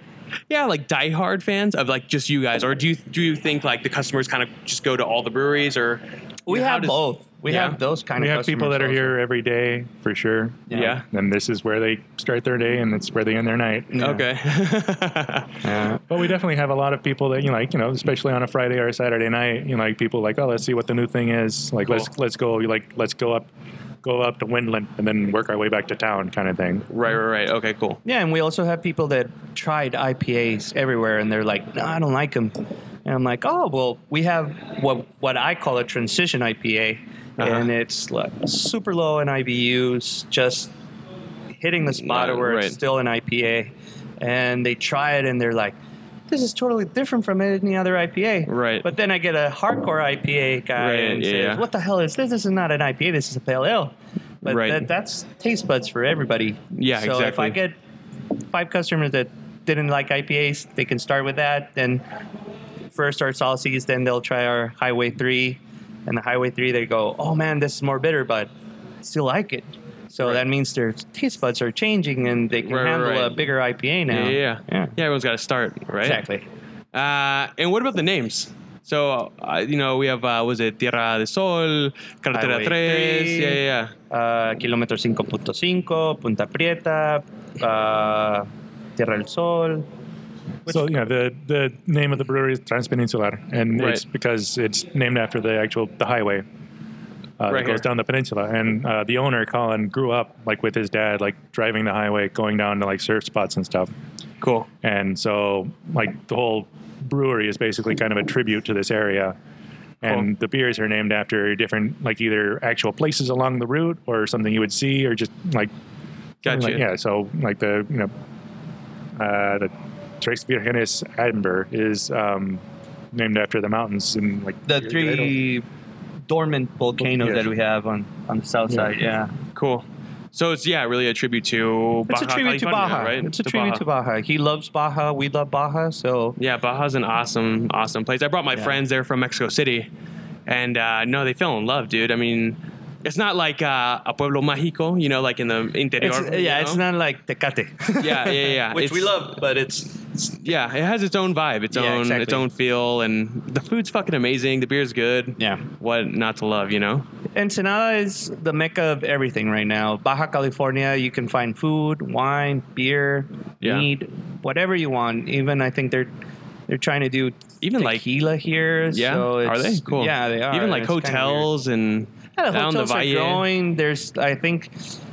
Speaker 1: Yeah, like diehard fans of like just you guys, or do you do you think like the customers kind of just go to all the breweries, or
Speaker 3: we
Speaker 1: how
Speaker 3: have
Speaker 1: does-
Speaker 3: both. We
Speaker 1: Yeah.
Speaker 3: have those kind
Speaker 2: we
Speaker 3: of
Speaker 2: have people
Speaker 3: customers
Speaker 2: that are
Speaker 3: also.
Speaker 2: here every day for sure.
Speaker 3: Yeah.
Speaker 1: yeah.
Speaker 2: And this is where they start their day and it's where they end their night.
Speaker 1: Okay.
Speaker 3: Yeah.
Speaker 2: But we definitely have a lot of people that you know, like, you know, especially on a Friday or a Saturday night, you know, like people like, oh, let's see what the new thing is. Like, let's
Speaker 1: Cool.
Speaker 2: let's go, you like, let's go up, go up to Windland and then work our way back to town, kind of thing.
Speaker 1: right, right, right. Okay, cool.
Speaker 3: Yeah, and we also have people that tried IPAs everywhere, and they're like, "No, I don't like them." And I'm like, "Oh, well, we have what what I call a transition IPA,
Speaker 1: Uh-huh.
Speaker 3: and it's like super low in IBUs, just hitting the spot
Speaker 1: Yeah,
Speaker 3: where
Speaker 1: right.
Speaker 3: it's still an IPA." And they try it, and they're like, "This is totally different from any other IPA."
Speaker 1: Right.
Speaker 3: But then I get a hardcore IPA guy
Speaker 1: Right,
Speaker 3: and
Speaker 1: yeah,
Speaker 3: says,
Speaker 1: yeah.
Speaker 3: "What the hell is this? This is not an IPA. This is a pale ale." But
Speaker 1: Right.
Speaker 3: that, that's taste buds for everybody.
Speaker 1: Yeah,
Speaker 3: so if
Speaker 1: exactly.
Speaker 3: I get five customers that didn't like IPAs, they can start with that. Then first our saucies, then they'll try our Highway 3. And the Highway 3, they go, oh man, this is more bitter, but still like it. So
Speaker 1: Right.
Speaker 3: that means their taste buds are changing and they can
Speaker 1: Right, right,
Speaker 3: handle a
Speaker 1: right.
Speaker 3: bigger IPA now.
Speaker 1: Yeah, yeah, yeah. Yeah, everyone's got to start, right?
Speaker 3: Exactly.
Speaker 1: Uh, and what about the names? So, uh, you know, we have, uh, was it Tierra del Sol, Carretera
Speaker 3: Highway
Speaker 1: Tres?
Speaker 3: three.
Speaker 1: Yeah, yeah, yeah.
Speaker 3: Uh, Kilómetro 5.5, Punta Prieta, uh, Tierra del Sol.
Speaker 2: so yeah, the the name of the brewery is Transpeninsular, and it's
Speaker 1: Right.
Speaker 2: because it's named after the actual the highway. Uh,
Speaker 1: Right
Speaker 2: that goes
Speaker 1: here.
Speaker 2: down the peninsula, and uh, the owner Colin grew up like with his dad, like driving the highway, going down to like surf spots and stuff.
Speaker 1: Cool.
Speaker 2: and so like the whole brewery is basically kind of a tribute to this area and the beers are named after different like either actual places along the route or something you would see or just like
Speaker 1: Gotcha.
Speaker 2: like, yeah so like the you know uh the Tres Virgenes Edinburgh is um named after the mountains and like
Speaker 3: The three dormant volcanoes
Speaker 2: Yes.
Speaker 3: that we have on, on the south
Speaker 2: Yeah.
Speaker 3: side, yeah.
Speaker 1: Cool. So it's, yeah, really a tribute to Baja
Speaker 3: It's a tribute to
Speaker 1: California,
Speaker 3: Baja.
Speaker 1: right?
Speaker 3: It's a tribute
Speaker 1: Baja.
Speaker 3: to Baja. He loves Baja. We love Baja. So
Speaker 1: Yeah, Baja's an awesome, awesome place. I brought my
Speaker 3: Yeah.
Speaker 1: friends there from Mexico City, and uh, no, they fell in love, dude. I mean, it's not like uh, a pueblo mágico, you know, like in the interior.
Speaker 3: it's,
Speaker 1: you
Speaker 3: yeah,
Speaker 1: know?
Speaker 3: it's not like Tecate.
Speaker 1: Yeah, yeah, yeah.
Speaker 3: Which we
Speaker 1: It's-
Speaker 3: love, but it's
Speaker 1: yeah, it has its own vibe, its
Speaker 3: Yeah,
Speaker 1: own its
Speaker 3: exactly.
Speaker 1: own feel, and the food's fucking amazing. The beer's good.
Speaker 3: Yeah.
Speaker 1: What not to love, you know?
Speaker 3: Ensenada is the mecca of everything right now. Baja California, you can find food, wine, beer,
Speaker 1: Yeah.
Speaker 3: meat, whatever you want. Even I think they're they're trying to do
Speaker 1: Even, like-
Speaker 3: tequila here.
Speaker 1: Yeah.
Speaker 3: so
Speaker 1: are they
Speaker 3: it's-
Speaker 1: cool?
Speaker 3: Yeah, they are.
Speaker 1: Even like
Speaker 3: It's kinda weird.
Speaker 1: hotels and
Speaker 3: Yeah, the
Speaker 1: down
Speaker 3: hotels
Speaker 1: the
Speaker 3: are
Speaker 1: valle.
Speaker 3: growing. There's, I think,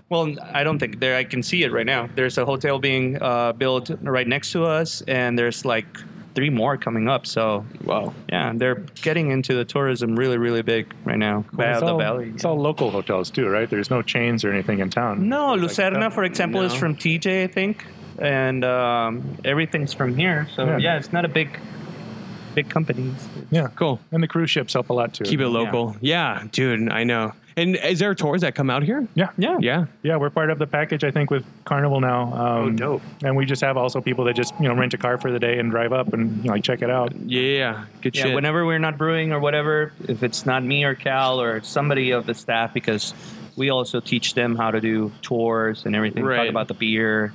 Speaker 3: well, I don't think there. I can see it right now. There's a hotel being uh, built right next to us, and there's like three more coming up. So
Speaker 1: Wow.
Speaker 3: yeah, they're getting into the tourism really, really big right now. Val-
Speaker 2: it's,
Speaker 3: the
Speaker 2: all,
Speaker 3: valley.
Speaker 2: it's all local hotels too, right? There's no chains or anything in town.
Speaker 3: No,
Speaker 2: Like
Speaker 3: Lucerna,
Speaker 2: that.
Speaker 3: for example, is
Speaker 1: No.
Speaker 3: from TJ, I think, and um, everything's from here. So
Speaker 2: Yeah.
Speaker 3: yeah. it's not a big, big company.
Speaker 2: yeah,
Speaker 1: Cool.
Speaker 2: and the cruise ships help a lot too.
Speaker 1: Keep it local. Yeah. dude, I know. And is there tours that come out here?
Speaker 2: Yeah,
Speaker 3: Yeah,
Speaker 1: Yeah.
Speaker 2: yeah. We're part of the package, I think, with Carnival now. Um,
Speaker 1: Oh, dope.
Speaker 2: And we just have also people that just you know rent a car for the day and drive up and you know, like check it out.
Speaker 1: Yeah. yeah. Good
Speaker 3: Yeah,
Speaker 1: shit.
Speaker 3: whenever we're not brewing or whatever, if it's not me or Cal or somebody of the staff, because we also teach them how to do tours and everything,
Speaker 1: Right.
Speaker 3: talk about the beer.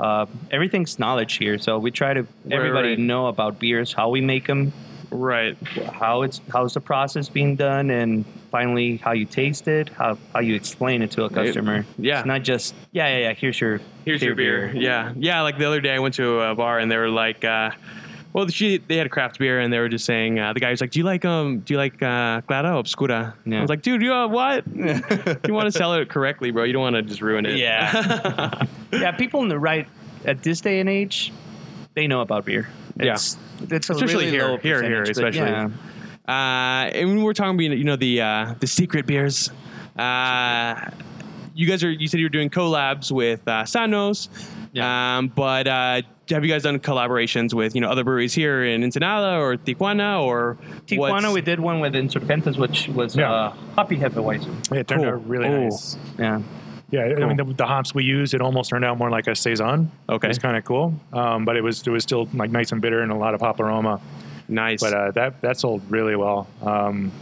Speaker 3: Uh, everything's knowledge here, so we try to everybody
Speaker 1: right.
Speaker 3: know about beers, how we make them,
Speaker 1: right.
Speaker 3: how it's how's the process being done, and finally how you taste it, how how you explain it to a customer.
Speaker 1: Yeah.
Speaker 3: it's not just yeah yeah yeah. Here's your
Speaker 1: Here's your beer. Yeah. Yeah. Like the other day, I went to a bar and they were like, uh, well, she, they had a craft beer and they were just saying, uh, the guy was like, do you like, um, do you like, uh, Clara Obscura? I
Speaker 3: Yeah.
Speaker 1: was like, dude, you, uh, what? you want to sell it correctly, bro. You don't want to just ruin it.
Speaker 3: Yeah. yeah, people in the right at this day and age, they know about beer.
Speaker 1: Yeah.
Speaker 3: It's, it's a
Speaker 1: Especially
Speaker 3: really
Speaker 1: here-
Speaker 3: low
Speaker 1: here- here,
Speaker 3: percentage, but
Speaker 1: especially.
Speaker 3: yeah.
Speaker 1: Uh, and we were talking about, you know, the, uh, the secret beers. Uh, you guys are, you said you were doing collabs with, uh, Sanos.
Speaker 3: Yeah.
Speaker 1: Um, but, uh, have you guys done collaborations with, you know, other breweries here in Ensenada or Tijuana or
Speaker 3: Tijuana,
Speaker 1: what's-
Speaker 3: we did one with Insurgentes, which was
Speaker 2: Yeah.
Speaker 3: uh, hoppy hefeweizen.
Speaker 2: It turned
Speaker 1: Cool.
Speaker 2: out really
Speaker 1: Oh.
Speaker 2: nice.
Speaker 3: Yeah,
Speaker 2: Yeah, I mean the, the hops we used, it almost turned out more like a saison.
Speaker 1: Okay.
Speaker 2: it was kind of cool, um, but it was it was still like nice and bitter and a lot of hop aroma.
Speaker 1: nice.
Speaker 2: But uh, that that sold really well. Um,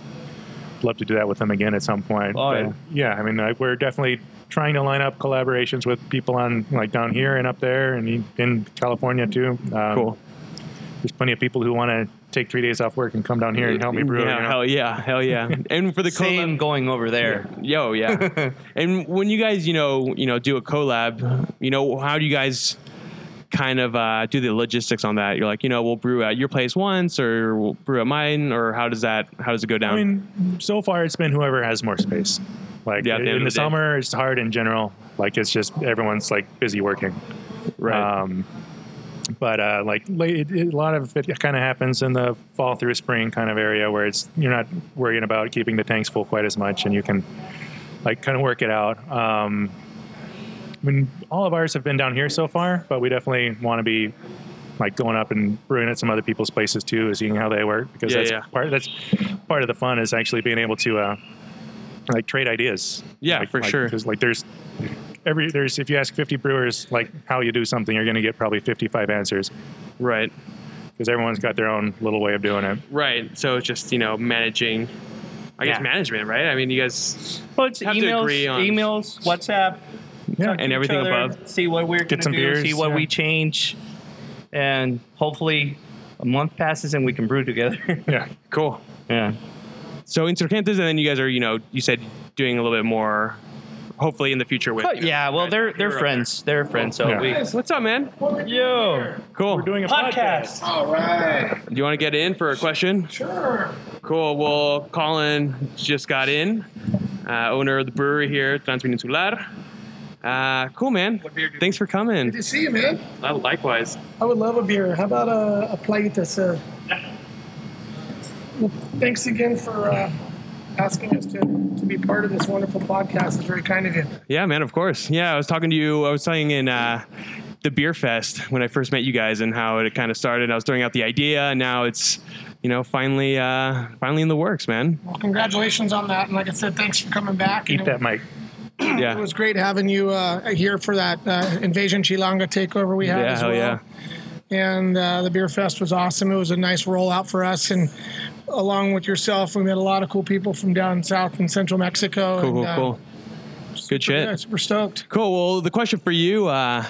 Speaker 2: love to do that with them again at some point.
Speaker 3: Oh,
Speaker 2: But, yeah, I mean like, we're definitely trying to line up collaborations with people on like down here and up there and in California too. Um,
Speaker 1: cool.
Speaker 2: There's plenty of people who want to take three days off work and come down here and help me brew.
Speaker 1: Yeah,
Speaker 2: you know?
Speaker 1: hell yeah, hell yeah. and for the
Speaker 3: same
Speaker 1: collab,
Speaker 3: going over there.
Speaker 1: yo, yeah. and when you guys, you know, you know, do a collab, you know, how do you guys kind of uh, do the logistics on that? You're like, you know, we'll brew at your place once, or we'll brew at mine, or how does that? How does it go down?
Speaker 2: I mean, so far it's been whoever has more space. Like
Speaker 1: Yeah, at the end
Speaker 2: in the,
Speaker 1: of the day.
Speaker 2: summer, it's hard in general. Like it's just everyone's like busy working.
Speaker 1: right.
Speaker 2: Um, but uh, like late, it, it- a lot of it kind of happens in the fall through spring kind of area where it's you're not worrying about keeping the tanks full quite as much, and you can like kind of work it out. Um, I mean, all of ours have been down here so far, but we definitely want to be like going up and brewing at some other people's places too, and seeing how they work because
Speaker 1: Yeah,
Speaker 2: that's
Speaker 1: yeah.
Speaker 2: part that's part of the fun is actually being able to uh, like trade ideas.
Speaker 1: Yeah,
Speaker 2: Like-
Speaker 1: for
Speaker 2: like-
Speaker 1: sure.
Speaker 2: 'cause, like there's every there's if you ask 50 brewers like how you do something, you're going to get probably 55 answers
Speaker 1: right.
Speaker 2: because everyone's got their own little way of doing it.
Speaker 1: Right. So it's just you know managing. I guess
Speaker 3: Yeah.
Speaker 1: management, right? I mean, you guys.
Speaker 3: Well, it's
Speaker 1: Have to
Speaker 3: emails,
Speaker 1: agree on-
Speaker 3: emails, WhatsApp,
Speaker 2: Yeah,
Speaker 3: talk to
Speaker 1: And
Speaker 3: each
Speaker 1: everything
Speaker 3: other,
Speaker 1: above.
Speaker 3: See what we're gonna
Speaker 2: some
Speaker 3: do,
Speaker 2: beers,
Speaker 3: see what
Speaker 2: yeah.
Speaker 3: we change, and hopefully a month passes and we can brew together.
Speaker 2: yeah.
Speaker 1: Cool.
Speaker 3: yeah.
Speaker 1: So Insurgentes, and then you guys are, you know, you said doing a little bit more, hopefully in the future with.
Speaker 3: Oh, yeah, well, they're they're
Speaker 1: You're up
Speaker 3: friends. They're friends. So
Speaker 2: Yeah.
Speaker 3: we
Speaker 1: What's up, man?
Speaker 3: yo
Speaker 1: Cool.
Speaker 2: We're doing a podcast.
Speaker 3: podcast.
Speaker 4: All right.
Speaker 1: Do you want to get in for a question?
Speaker 4: Sure.
Speaker 1: Cool. Well, Colin just got in, uh, owner of the brewery here, Transpeninsular. Uh, cool, man. Thanks for coming.
Speaker 4: Good to see you, man.
Speaker 1: Uh, Likewise.
Speaker 4: I would love a beer. How about a, a plate that's a. Well, thanks again for uh, asking us to, to be part of this wonderful podcast. It's very kind of you.
Speaker 1: Yeah, man, of course. Yeah, I was talking to you. I was saying in uh, the beer fest when I first met you guys and how it kind of started. I was throwing out the idea, and now it's, you know, finally, uh, finally in the works, man.
Speaker 4: Well, congratulations on that. And like I said, thanks for coming back.
Speaker 2: Eat
Speaker 4: You know,
Speaker 2: that mic.
Speaker 1: Yeah.
Speaker 4: It was great having you uh, here for that uh, Invasion Chilanga takeover we had
Speaker 1: yeah,
Speaker 4: as
Speaker 1: hell
Speaker 4: well.
Speaker 1: yeah.
Speaker 4: and uh, the beer fest was awesome. It was a nice rollout for us, and along with yourself, we met a lot of cool people from down south and central Mexico.
Speaker 1: Cool,
Speaker 4: and,
Speaker 1: cool,
Speaker 4: uh,
Speaker 1: cool. Good
Speaker 4: Yeah,
Speaker 1: shit.
Speaker 4: super stoked.
Speaker 1: Cool. Well, the question for you, uh,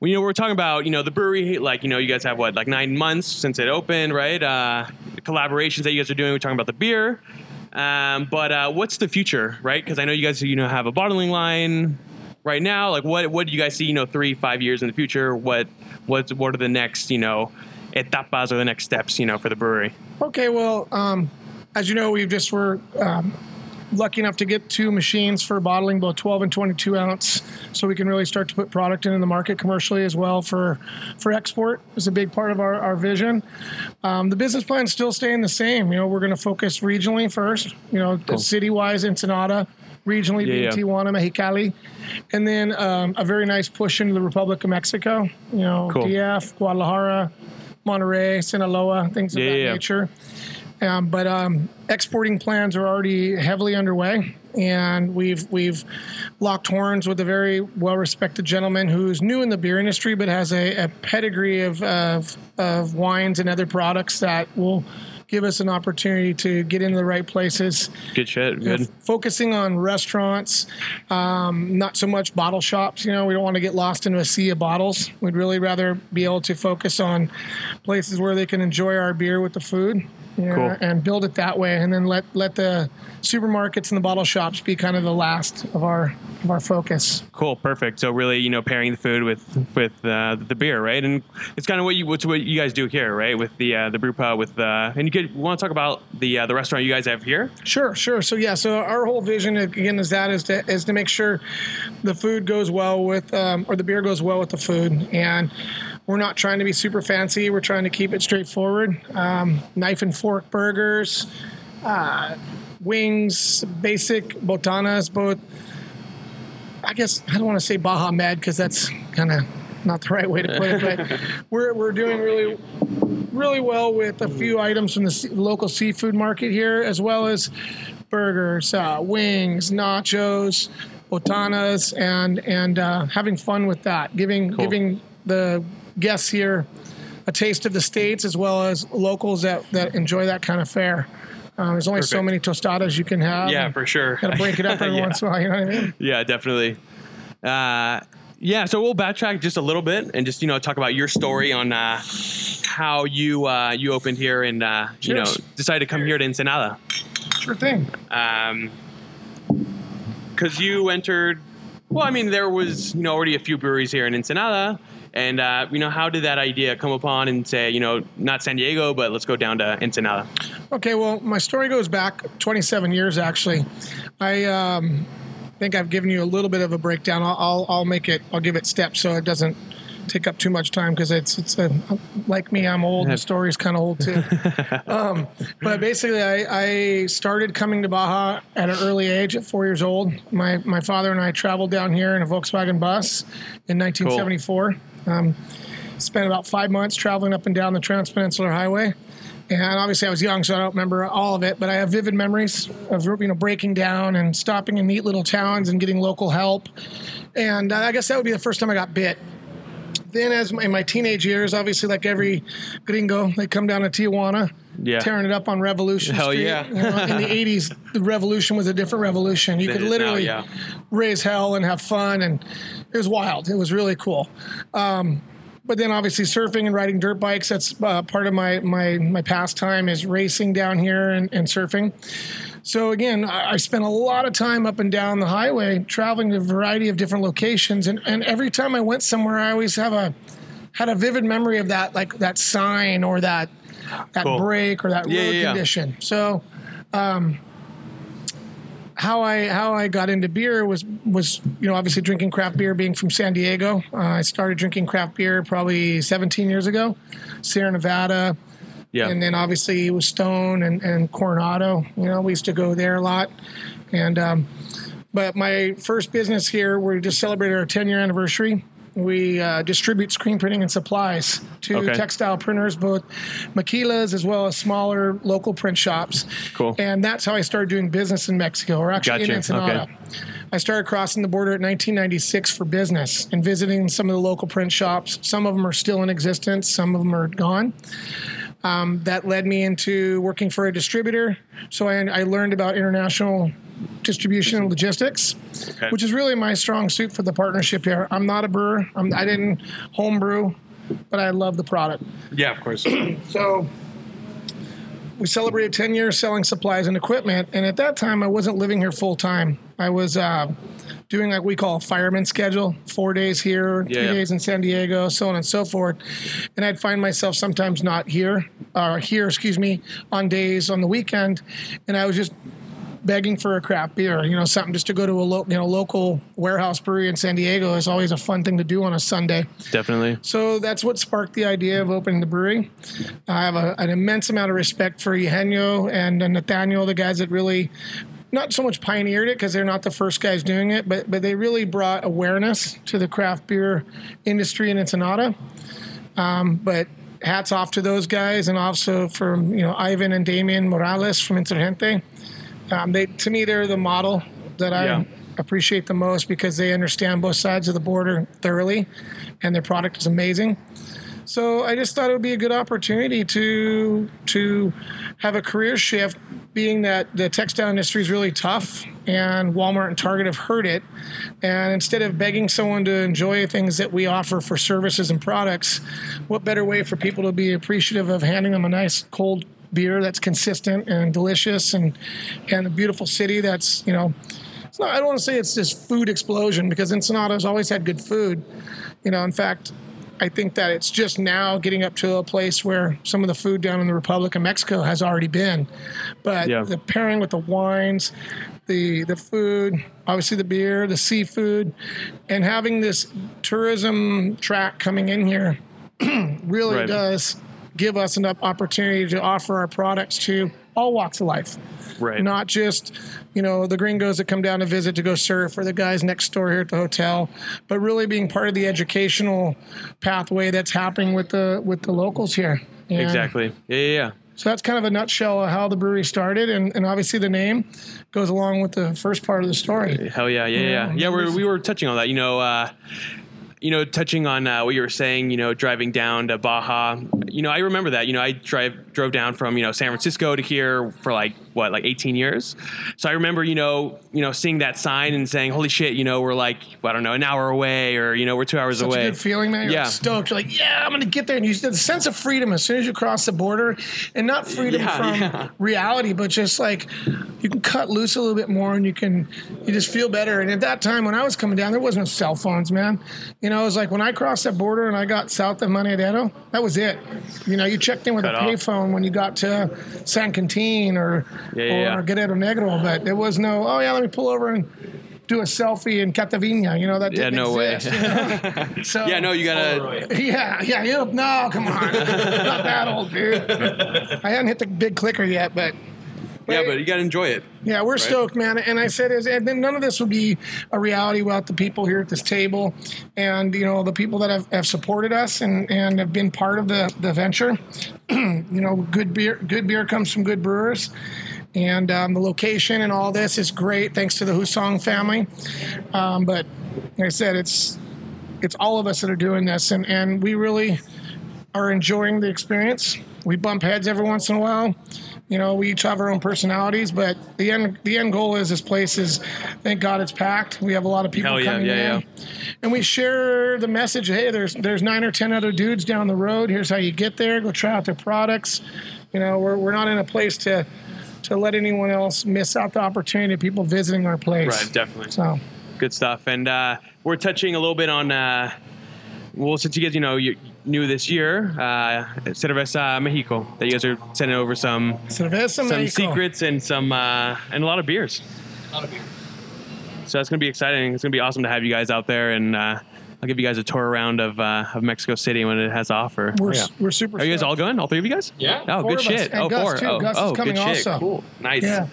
Speaker 1: well, you know, we're talking about you know the brewery. Like you know, you guys have what like nine months since it opened, right? Uh, the collaborations that you guys are doing. We're talking about the beer. Um, but uh, what's the future, right? Because I know you guys, you know, have a bottling line right now. Like, what what do you guys see? You know, three, five years in the future. What what what are the next, you know, etapas or the next steps, you know, for the brewery?
Speaker 4: Okay, well, um, as you know, we've just were um, lucky enough to get two machines for bottling, both 12 and 22 ounce, so we can really start to put product into the market commercially as well for for export. is a big part of our our vision. Um, the business plan's still staying the same. You know, we're going to focus regionally first. You know, city wise, Ensenada. Regionally,
Speaker 1: Yeah,
Speaker 4: being
Speaker 1: yeah.
Speaker 4: Tijuana, Mexicali, and then um, a very nice push into the Republic of Mexico. You know,
Speaker 1: Cool.
Speaker 4: DF, Guadalajara, Monterey, Sinaloa, things of
Speaker 1: Yeah,
Speaker 4: that
Speaker 1: yeah, yeah.
Speaker 4: nature. Um, but um, exporting plans are already heavily underway, and we've we've locked horns with a very well-respected gentleman who's new in the beer industry, but has a, a pedigree of, of of wines and other products that will give us an opportunity to get into the right places
Speaker 1: Good shit.
Speaker 4: you know,
Speaker 1: Good.
Speaker 4: f- focusing on restaurants, um, not so much bottle shops. You know, we don't want to get lost into a sea of bottles. We'd really rather be able to focus on places where they can enjoy our beer with the food. you know,
Speaker 1: Cool.
Speaker 4: And build it that way, and then let let the supermarkets and the bottle shops be kind of the last of our of our focus.
Speaker 1: Cool, perfect. So really, you know, pairing the food with with uh, the beer, right? And it's kind of what you what's what you guys do here, right? With the uh, the brew pub, with uh, and you could want to talk about the uh, the restaurant you guys have here.
Speaker 4: Sure, sure. So yeah, so our whole vision again is that is to is to make sure the food goes well with um, or the beer goes well with the food, and we're not trying to be super fancy. We're trying to keep it straightforward. Um, knife and fork burgers, uh, wings, basic botanas, both. I guess I don't want to say Baja Med because that's kind of not the right way to put it, but we're we're doing really really well with a few items from the se- local seafood market here, as well as burgers, uh, wings, nachos, botanas, and and uh, having fun with that, giving giving the guests here a taste of the states as well as locals that that enjoy that kind of fare. Um, there's only so
Speaker 1: Perfect.
Speaker 4: many tostadas you can have.
Speaker 1: yeah, for sure.
Speaker 4: Gotta break it up every
Speaker 1: Yeah.
Speaker 4: once in a while. You know what I mean?
Speaker 1: Yeah, definitely. Uh, yeah, so we'll backtrack just a little bit and just you know talk about your story on uh, how you uh, you opened here and uh, you know
Speaker 4: Cheers.
Speaker 1: decided to come here to Ensenada.
Speaker 4: Sure thing.
Speaker 1: Um 'cause because you entered. Well, I mean, there was you know already a few breweries here in Ensenada, and uh, you know how did that idea come upon and say you know not San Diego, but let's go down to Ensenada.
Speaker 4: Okay, well, my story goes back 27 years actually. I um, think I've given you a little bit of a breakdown. I'll, I'll, I'll make it. I'll give it steps so it doesn't take up too much time because it's it's a, like me. I'm old. The story's kind of old too. um, but basically, I, I started coming to Baja at an early age, at four years old. My my father and I traveled down here in a Volkswagen bus in 1974. Um, spent about five months traveling up and down the Transpeninsular Highway. And obviously, I was young, so I don't remember all of it, but I have vivid memories of you know breaking down and stopping in neat little towns and getting local help. And uh, I guess that would be the first time I got bit. Then, as my, in my teenage years, obviously, like every gringo, they come down to Tijuana,
Speaker 1: Yeah.
Speaker 4: tearing it up on Revolution
Speaker 1: Hell
Speaker 4: Street.
Speaker 1: yeah.
Speaker 4: You know, in the '80s, the revolution was a different revolution. You
Speaker 1: It
Speaker 4: could
Speaker 1: is now,
Speaker 4: literally
Speaker 1: yeah.
Speaker 4: raise hell and have fun, and it was wild. It was really cool. Um, but then obviously surfing and riding dirt bikes that's uh, part of my my my pastime is racing down here and, and surfing so again I, I spent a lot of time up and down the highway traveling to a variety of different locations and, and every time i went somewhere i always have a had a vivid memory of that like that sign or that that
Speaker 1: Cool.
Speaker 4: break or that
Speaker 1: Yeah,
Speaker 4: road
Speaker 1: yeah, yeah.
Speaker 4: condition so um, how I how I got into beer was was you know obviously drinking craft beer being from San Diego. Uh, I started drinking craft beer probably 17 years ago, Sierra Nevada,
Speaker 1: Yeah,
Speaker 4: and then obviously it was Stone and, and Coronado. You know we used to go there a lot, and um, but my first business here we just celebrated our 10 year anniversary. We uh, distribute screen printing and supplies to
Speaker 1: Okay.
Speaker 4: textile printers, both maquilas as well as smaller local print shops.
Speaker 1: Cool.
Speaker 4: And that's how I started doing business in Mexico, or actually in
Speaker 1: Gotcha.
Speaker 4: Ensenada.
Speaker 1: Okay.
Speaker 4: I started crossing the border in 1996 for business and visiting some of the local print shops. Some of them are still in existence, some of them are gone. Um, that led me into working for a distributor. So I, I learned about international distribution and logistics, which is really my strong suit for the partnership here. I'm not a brewer. I'm, I didn't home brew, but I love the product.
Speaker 1: Yeah, of course.
Speaker 4: So we celebrated 10 years selling supplies and equipment. And at that time, I wasn't living here full time. I was uh, doing like we call a fireman schedule four days here, three
Speaker 1: Yeah.
Speaker 4: days in San Diego, so on and so forth. And I'd find myself sometimes not here, or here, excuse me, on days on the weekend. And I was just begging for a craft beer, you know, something just to go to a lo- you know, local warehouse brewery in San Diego is always a fun thing to do on a Sunday.
Speaker 1: Definitely.
Speaker 4: So that's what sparked the idea of opening the brewery. I have a, an immense amount of respect for Eugenio and uh, Nathaniel, the guys that really not so much pioneered it because they're not the first guys doing it, but but they really brought awareness to the craft beer industry in Ensenada. Um, but hats off to those guys, and also from you know Ivan and Damian Morales from Insurgente. Um, they to me they're the model that I
Speaker 1: Yeah.
Speaker 4: appreciate the most because they understand both sides of the border thoroughly, and their product is amazing. So I just thought it would be a good opportunity to to have a career shift, being that the textile industry is really tough, and Walmart and Target have heard it. And instead of begging someone to enjoy things that we offer for services and products, what better way for people to be appreciative of handing them a nice cold beer that's consistent and delicious, and and a beautiful city that's you know. It's not, I don't want to say it's this food explosion because Ensenada's always had good food. You know, in fact, I think that it's just now getting up to a place where some of the food down in the Republic of Mexico has already been. But
Speaker 1: Yeah.
Speaker 4: the pairing with the wines, the the food, obviously the beer, the seafood, and having this tourism track coming in here really
Speaker 1: Right.
Speaker 4: does give us an op- opportunity to offer our products to all walks of life
Speaker 1: Right.
Speaker 4: not just you know the gringos that come down to visit to go surf or the guys next door here at the hotel but really being part of the educational pathway that's happening with the with the locals here And
Speaker 1: Exactly. Yeah, yeah, yeah.
Speaker 4: so that's kind of a nutshell of how the brewery started and, and obviously the name goes along with the first part of the story
Speaker 1: Hell yeah, yeah, yeah,
Speaker 4: Yeah,
Speaker 1: yeah. We're,
Speaker 4: it's-
Speaker 1: we were touching on that, you know. Uh, you know, touching on uh, what you were saying, you know, driving down to Baja. You know, I remember that. You know, I drive drove down from you know San Francisco to here for like what, like 18 years. So I remember, you know, you know, seeing that sign and saying, "Holy shit!" You know, we're like, I don't know, an hour away, or you know, we're two hours
Speaker 4: such
Speaker 1: away.
Speaker 4: a good feeling, man. You're
Speaker 1: Yeah.
Speaker 4: like stoked. You're like, yeah, I'm gonna get there. And you the sense of freedom as soon as you cross the border, and not freedom
Speaker 1: Yeah,
Speaker 4: from
Speaker 1: yeah.
Speaker 4: reality, but just like you can cut loose a little bit more, and you can you just feel better. And at that time when I was coming down, there was no cell phones, man. You know, it was like when I crossed that border and I got south of Monedero, that was it. You know, you checked in with
Speaker 1: Cut
Speaker 4: a
Speaker 1: off.
Speaker 4: payphone when you got to San Quintin or
Speaker 1: Yeah, yeah,
Speaker 4: or
Speaker 1: yeah.
Speaker 4: Guerrero Negro, but there was no. Oh yeah, let me pull over and. Do a selfie in Catavina, you know that.
Speaker 1: Yeah,
Speaker 4: Didn't
Speaker 1: no way.
Speaker 4: exist, you know? So
Speaker 1: yeah, no, you gotta.
Speaker 4: yeah, yeah, you no, come on. Not that old, dude. I hadn't hit the big clicker yet, but
Speaker 1: Yeah, but you gotta enjoy it.
Speaker 4: yeah, we're stoked, man. And I said, is- and then none of this would be a reality without the people here at this table, and you know the people that have, have supported us and and have been part of the the venture. you know, good beer, good beer comes from good brewers, and um, the location and all this is great thanks to the Husong family. Um, but like I said, it's it's all of us that are doing this, and and we really are enjoying the experience. We bump heads every once in a while. You know, we each have our own personalities, but the end the end goal is this place is thank God it's packed. We have a lot of people
Speaker 1: Hell yeah,
Speaker 4: coming
Speaker 1: yeah,
Speaker 4: in. And we share the message, hey, there's there's nine or ten other dudes down the road. Here's how you get there. Go try out their products. You know, we're we're not in a place to to let anyone else miss out the opportunity of people visiting our place.
Speaker 1: Right, definitely.
Speaker 4: So
Speaker 1: good stuff. And uh, we're touching a little bit on. Uh, well, since you guys, you know, you're new this year, uh, Cerveza Mexico, that you guys are sending over some
Speaker 4: Cerveza
Speaker 1: some
Speaker 4: Mexico.
Speaker 1: secrets and some uh, and a lot of beers. So that's gonna be exciting. It's gonna be awesome to have you guys out there, and uh, I'll give you guys a tour around of uh, of Mexico City when it has to offer.
Speaker 4: We're,
Speaker 2: Yeah.
Speaker 4: we're super
Speaker 1: Are you guys
Speaker 4: stoked.
Speaker 1: all going? All three of you guys?
Speaker 5: Yeah.
Speaker 1: Oh,
Speaker 4: Four
Speaker 1: good
Speaker 4: of us.
Speaker 1: shit.
Speaker 4: And
Speaker 1: oh,
Speaker 4: Gus,
Speaker 1: four.
Speaker 4: too.
Speaker 1: Oh,
Speaker 4: Gus is
Speaker 1: oh,
Speaker 4: coming
Speaker 1: good shit.
Speaker 4: also.
Speaker 1: Cool. Nice.
Speaker 4: Yeah.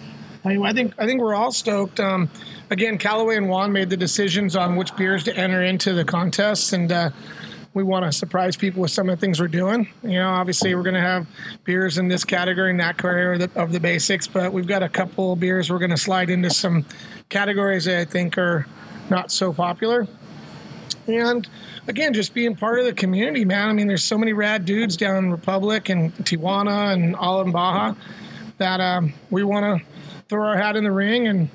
Speaker 4: I, I think I think we're all stoked. Um, again, Callaway and Juan made the decisions on which beers to enter into the contest, and uh, we want to surprise people with some of the things we're doing. You know, obviously we're going to have beers in this category and that category of the, of the basics, but we've got a couple of beers we're going to slide into some categories that I think are not so popular. and again, just being part of the community, man. I mean, there's so many rad dudes down in Republic and Tijuana and all in Baja that um, we want to throw our hat in the ring and. you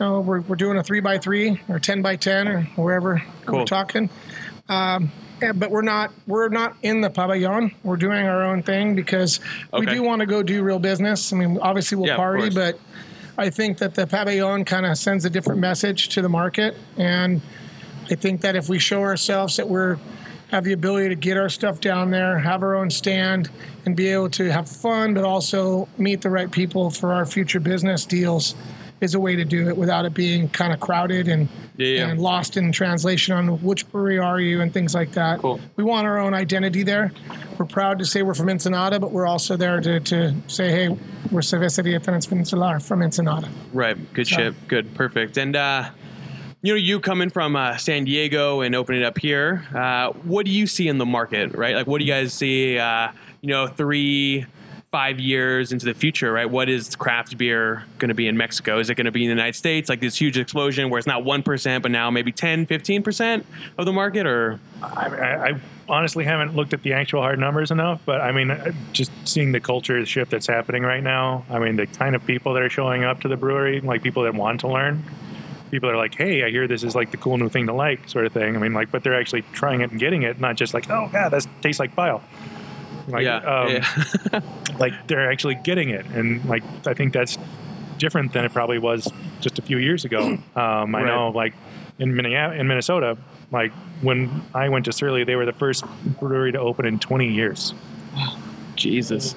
Speaker 4: know, we're, we're doing a three by three or ten by ten or wherever
Speaker 1: Cool.
Speaker 4: we're talking. Yeah, but we're not we're not in the pavilion. We're doing our own thing because we
Speaker 1: Okay.
Speaker 4: do want to go do real business. I mean, obviously we'll
Speaker 1: Yeah, of
Speaker 4: party,
Speaker 1: course.
Speaker 4: but I think that the pavilion kind of sends a different message to the market, and I think that if we show ourselves that we're have the ability to get our stuff down there, have our own stand, and be able to have fun, but also meet the right people for our future business deals, is a way to do it without it being kind of crowded and
Speaker 1: Yeah, yeah.
Speaker 4: and lost in translation on which brewery are you and things like that.
Speaker 1: Cool.
Speaker 4: We want our own identity there. We're proud to say we're from Ensenada, but we're also there to, to say, hey, we're Cerveza de Peninsular from Ensenada.
Speaker 1: Right. Good shit. Good. Perfect. And uh, you know, you coming from uh, San Diego and opening up here, uh, what do you see in the market? Right. Like, what do you guys see? Uh, you know, three, five years into the future, right? What is craft beer going to be in Mexico? Is it going to be in the United States? Like this huge explosion where it's not one percent, but now maybe 10, 15 percent of the market, or
Speaker 2: I, I, I honestly haven't looked at the actual hard numbers enough, but I mean, uh, just seeing the culture shift that's happening right now. I mean, the kind of people that are showing up to the brewery, like people that want to learn, people that are like, "Hey, I hear this is like the cool new thing to like," sort of thing. I mean, like, but they're actually trying it and getting it, not just like, "Oh, yeah, that tastes like bile." Like,
Speaker 1: yeah,
Speaker 2: um,
Speaker 1: yeah.
Speaker 2: like they're actually getting it, and like I think that's different than it probably was just a few years ago. Um, I
Speaker 1: Right.
Speaker 2: know, like in Minneapolis, in Minnesota, like when I went to Surly, they were the first brewery to open in 20 years.
Speaker 1: Jesus.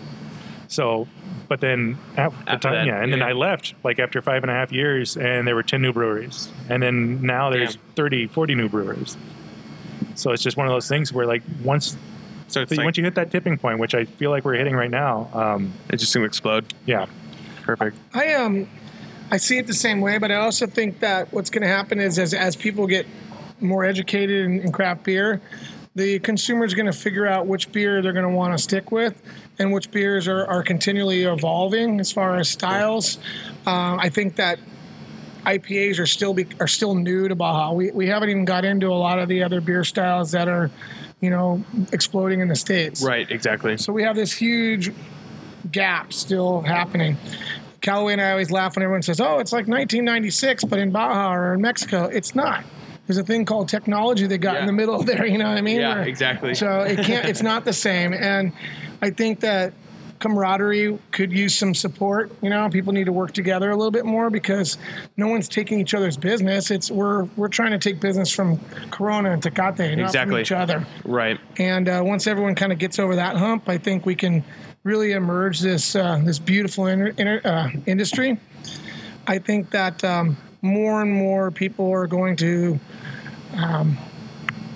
Speaker 2: So, but then at the
Speaker 1: After
Speaker 2: time,
Speaker 1: that,
Speaker 2: yeah, and then
Speaker 1: yeah.
Speaker 2: I left like after five and a half years, and there were 10 new breweries, and then now there's
Speaker 1: Damn.
Speaker 2: 30, 40 new breweries. So it's just one of those things where like once
Speaker 1: So it's
Speaker 2: once
Speaker 1: like,
Speaker 2: you hit that tipping point, which I feel like we're hitting right now, um,
Speaker 1: it's just going to explode.
Speaker 2: yeah,
Speaker 1: Perfect.
Speaker 4: I um I see it the same way, but I also think that what's going to happen is as as people get more educated in, in craft beer, the consumer's going to figure out which beer they're going to want to stick with, and which beers are, are continually evolving as far as styles. Um, I think that IPAs are still be, are still new to Baja. We we haven't even got into a lot of the other beer styles that are, you know, exploding in the states.
Speaker 1: Right. Exactly.
Speaker 4: So we have this huge gap still happening. Callaway and I always laugh when everyone says, "Oh, it's like 1996, but in Baja or in Mexico, it's not." There's a thing called technology that got
Speaker 1: Yeah.
Speaker 4: in the middle there. You know what I mean?
Speaker 1: Yeah,
Speaker 4: Where-
Speaker 1: exactly.
Speaker 4: So it can't. It's not the same. And I think that camaraderie could use some support. You know, people need to work together a little bit more because no one's taking each other's business. It's we're we're trying to take business from Corona and Tecate, not
Speaker 1: Exactly.
Speaker 4: from each other.
Speaker 1: Right.
Speaker 4: And uh, once everyone kind of gets over that hump, I think we can really emerge this uh, this beautiful inter- inter- uh, industry. I think that um, more and more people are going to um,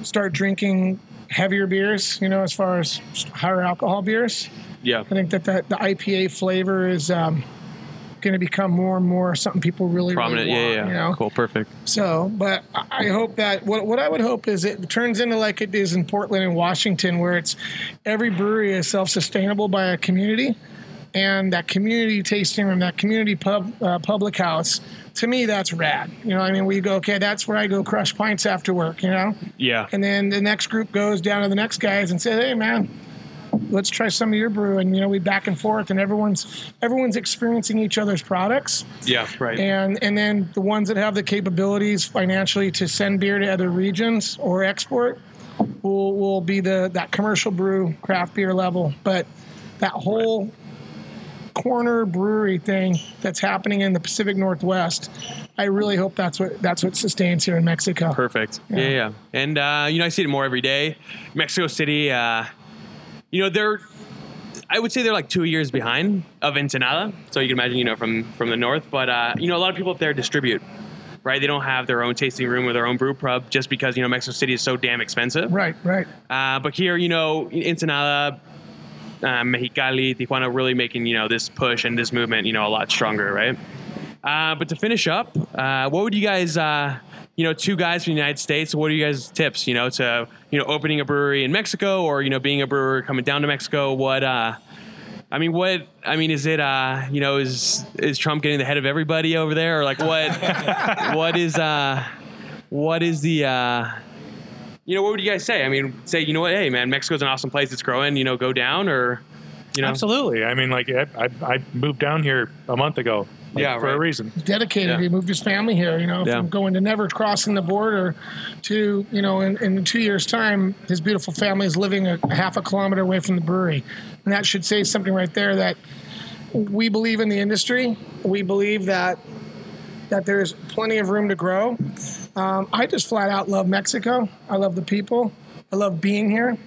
Speaker 4: start drinking heavier beers. You know, as far as higher alcohol beers.
Speaker 1: Yeah.
Speaker 4: I think that the, the IPA flavor is um, going to become more and more something people really
Speaker 1: Prominent.
Speaker 4: Really
Speaker 1: Yeah.
Speaker 4: want,
Speaker 1: Yeah.
Speaker 4: You
Speaker 1: yeah.
Speaker 4: know?
Speaker 1: Cool. Perfect.
Speaker 4: So, but I I hope that what, what I would hope is it turns into like it is in Portland and Washington, where it's every brewery is self sustainable by a community. And that community tasting room, that community pub, uh, public house, to me, that's rad. You know, what I mean, we go, okay, that's where I go crush pints after work, you know?
Speaker 1: Yeah.
Speaker 4: And then the next group goes down to the next guys and says, "Hey, man, let's try some of your brew." And you know, we back and forth, and everyone's everyone's experiencing each other's products.
Speaker 1: Yeah. Right.
Speaker 4: And and then the ones that have the capabilities financially to send beer to other regions or export will will be the that commercial brew craft beer level. But that whole corner brewery thing that's happening in the Pacific Northwest, I really hope that's what that's what sustains here in Mexico.
Speaker 1: Perfect. Yeah, yeah. And uh, you know, I see it more every day. Mexico City. Uh, you know, they're. I would say they're like two years behind of Ensenada, so you can imagine, you know, from from the north. But uh, you know, a lot of people up there distribute, right? They don't have their own tasting room or their own brew pub just because you know Mexico City is so damn expensive.
Speaker 4: Right, right.
Speaker 1: Uh, but here, you know, Ensenada, uh, Mexicali, Tijuana really making, you know, this push and this movement, you know, a lot stronger, right? Uh, but to finish up, uh, what would you guys, uh, you know, two guys from the United States, what are you guys' tips, you know, to, you know, opening a brewery in Mexico or, you know, being a brewer coming down to Mexico? What, uh, I mean, what? I mean, is it uh, you know, is is Trump getting the head of everybody over there, or like what? what is uh, what is the uh, you know, what would you guys say? I mean, say, you know what, hey, man, Mexico's an awesome place. It's growing. You know, go down or, you know,
Speaker 2: Absolutely. I mean, like I, I, I moved down here a month ago. like,
Speaker 1: Yeah,
Speaker 2: for
Speaker 1: right.
Speaker 2: a reason.
Speaker 4: dedicated.
Speaker 1: Yeah.
Speaker 4: He moved his family here, you know,
Speaker 1: Yeah.
Speaker 4: from going to never crossing the border to, you know, in, in two years' time, his beautiful family is living a, a half a kilometer away from the brewery. And that should say something right there that we believe in the industry. We believe that that there's plenty of room to grow. Um, I just flat out love Mexico. I love the people. I love being here.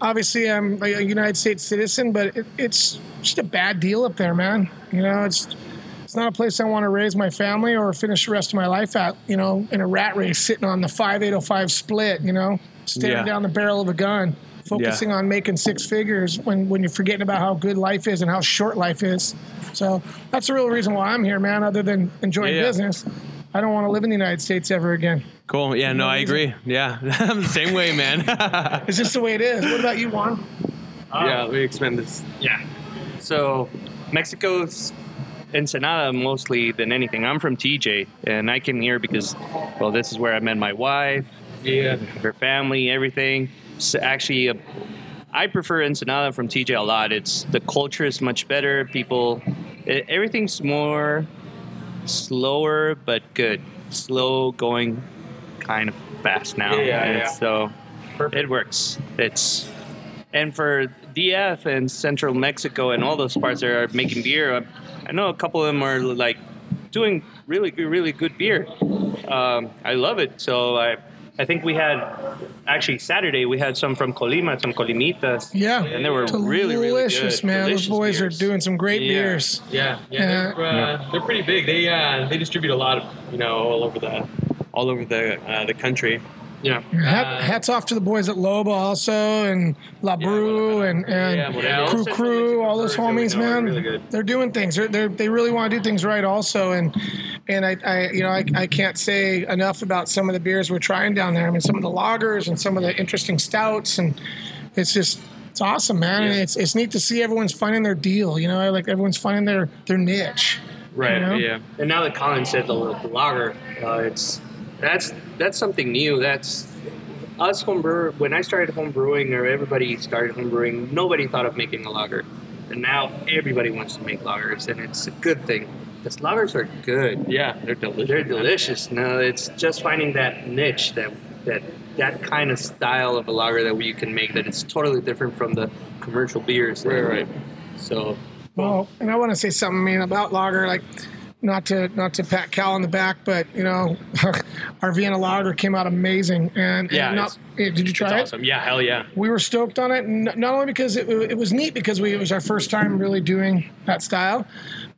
Speaker 4: Obviously, I'm a United States citizen, but it, it's just a bad deal up there, man. You know, it's it's not a place I want to raise my family or finish the rest of my life at, you know, in a rat race sitting on the 5805 split, you know, staring
Speaker 1: Yeah.
Speaker 4: down the barrel of a gun, focusing on making six figures when, when you're forgetting about how good life is and how short life is. So that's the real reason why I'm here, man, other than enjoying
Speaker 1: Yeah, yeah.
Speaker 4: business. I don't want to live in the United States ever again.
Speaker 1: cool. Yeah, no, I agree. Yeah, I'm the same way, man.
Speaker 4: It's just the way it is. What about you, Juan?
Speaker 1: yeah, let me expand this.
Speaker 3: Yeah. So Mexico's Ensenada mostly than anything. I'm from TJ and I came here because, well, this is where I met my wife,
Speaker 1: Yeah.
Speaker 3: her family, everything. So actually, uh, I prefer Ensenada from TJ a lot. It's the culture is much better. People, e- everything's more slower but good. Slow going, kind of fast now.
Speaker 1: Yeah, yeah,
Speaker 3: And
Speaker 1: yeah.
Speaker 3: So it works. It's and for DF and Central Mexico and all those parts that are making beer, um, I, I know a couple of them are like doing really good, really good beer. Um, I love it. So I, I think we had actually Saturday we had some from Colima, some Colimitas.
Speaker 4: Yeah.
Speaker 3: and they were really, really
Speaker 4: delicious,
Speaker 3: good.
Speaker 4: man.
Speaker 3: Delicious
Speaker 4: Those boys
Speaker 3: beers.
Speaker 4: are doing some great
Speaker 3: Yeah.
Speaker 4: beers.
Speaker 1: Yeah,
Speaker 4: yeah, they're,
Speaker 1: they're pretty big. They uh, they distribute a lot of you know all over the all over the uh, the country. Yeah, Uh,
Speaker 4: Hat, hats off to the boys at Loba also and La Brew
Speaker 1: Guadalajara.
Speaker 4: and, and
Speaker 1: uh, Yeah, yeah,
Speaker 4: Crew
Speaker 1: also
Speaker 4: Crew, all those
Speaker 1: breweries
Speaker 4: homies,
Speaker 1: that we know are
Speaker 4: man.
Speaker 1: really good.
Speaker 4: They're doing things. They're, they're, they really want to do things right also. And and I, I you know I, I can't say enough about some of the beers we're trying down there. I mean some of the lagers and some of the interesting stouts and it's just it's awesome, man. And
Speaker 1: Yeah.
Speaker 4: it's it's neat to see everyone's finding their deal. You know, like everyone's finding their their niche.
Speaker 1: right.
Speaker 4: know?
Speaker 1: Yeah,
Speaker 3: And now that Colin said the, the lager, uh, it's that's that's something new. That's us home brewer. When I started home brewing, or everybody started home brewing, nobody thought of making a lager, and now everybody wants to make lagers, and it's a good thing. Because lagers are good.
Speaker 1: yeah, they're delicious.
Speaker 3: They're
Speaker 1: man.
Speaker 3: delicious. Now it's just finding that niche, that that that kind of style of a lager that you can make that it's totally different from the commercial beers.
Speaker 1: Right, right.
Speaker 3: So
Speaker 4: Well, and I want to say something, man, about lager. Like, not to not to pat Cal on the back, but you know, our Vienna lager came out amazing. And
Speaker 1: Yeah,
Speaker 4: and not, eh, did you
Speaker 1: It's
Speaker 4: try it?
Speaker 1: awesome. Yeah, hell yeah.
Speaker 4: We were stoked on it, n- not only because it, it was neat because we, it was our first time really doing that style,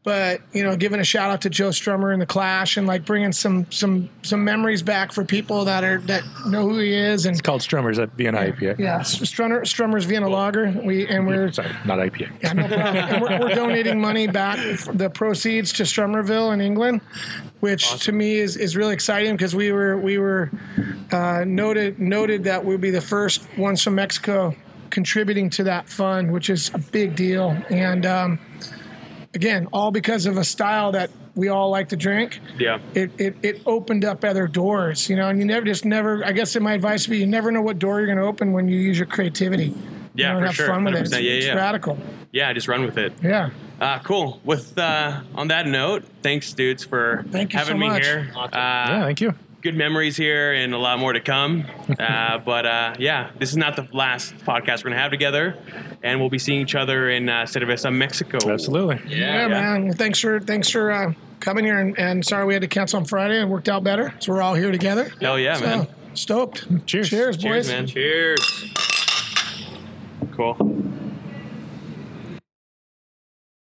Speaker 4: but you know, giving a shout out to Joe Strummer and the Clash, and like bringing some some some memories back for people that are that know who he is, and
Speaker 2: It's called Strummers at Vienna IPA.
Speaker 4: yeah, Strummer Strummer's Vienna lager. We and we're
Speaker 2: Sorry, not IPA.
Speaker 4: yeah, no problem. And we're, we're donating money back, the proceeds to Stromerville in England, which to me is, is really exciting because we were we were uh, noted noted that we'll be the first ones from Mexico contributing to that fund, which is a big deal. And um, again, all because of a style that we all like to drink
Speaker 1: Yeah.
Speaker 4: it, it, it opened up other doors, you know, and you never just never, I guess my advice would be you never know what door you're going to open when you use your creativity.
Speaker 1: Yeah,
Speaker 4: you know, and
Speaker 1: for
Speaker 4: have
Speaker 1: sure.
Speaker 4: fun with it. It's,
Speaker 1: 100%. Yeah,
Speaker 4: it's
Speaker 1: yeah.
Speaker 4: radical.
Speaker 1: Yeah, just run with it.
Speaker 4: Yeah.
Speaker 1: Uh, cool. With uh, on that note, thanks, dudes, for
Speaker 4: Thank you
Speaker 1: having
Speaker 4: so
Speaker 1: me
Speaker 4: much.
Speaker 1: here. Uh,
Speaker 2: yeah, thank you.
Speaker 1: Good memories here, and a lot more to come. Uh, but uh, yeah, this is not the last podcast we're gonna have together, and we'll be seeing each other in uh, Cerveza, Mexico.
Speaker 2: Absolutely.
Speaker 4: Yeah, man. Well, Thanks for, thanks for uh, coming here and, and sorry we had to cancel on Friday. It worked out better. So we're all here together.
Speaker 1: Hell yeah,
Speaker 4: so,
Speaker 1: man.
Speaker 4: Stoked.
Speaker 2: Cheers.
Speaker 4: Cheers, boys.
Speaker 1: Cheers, man. Cheers. Cool.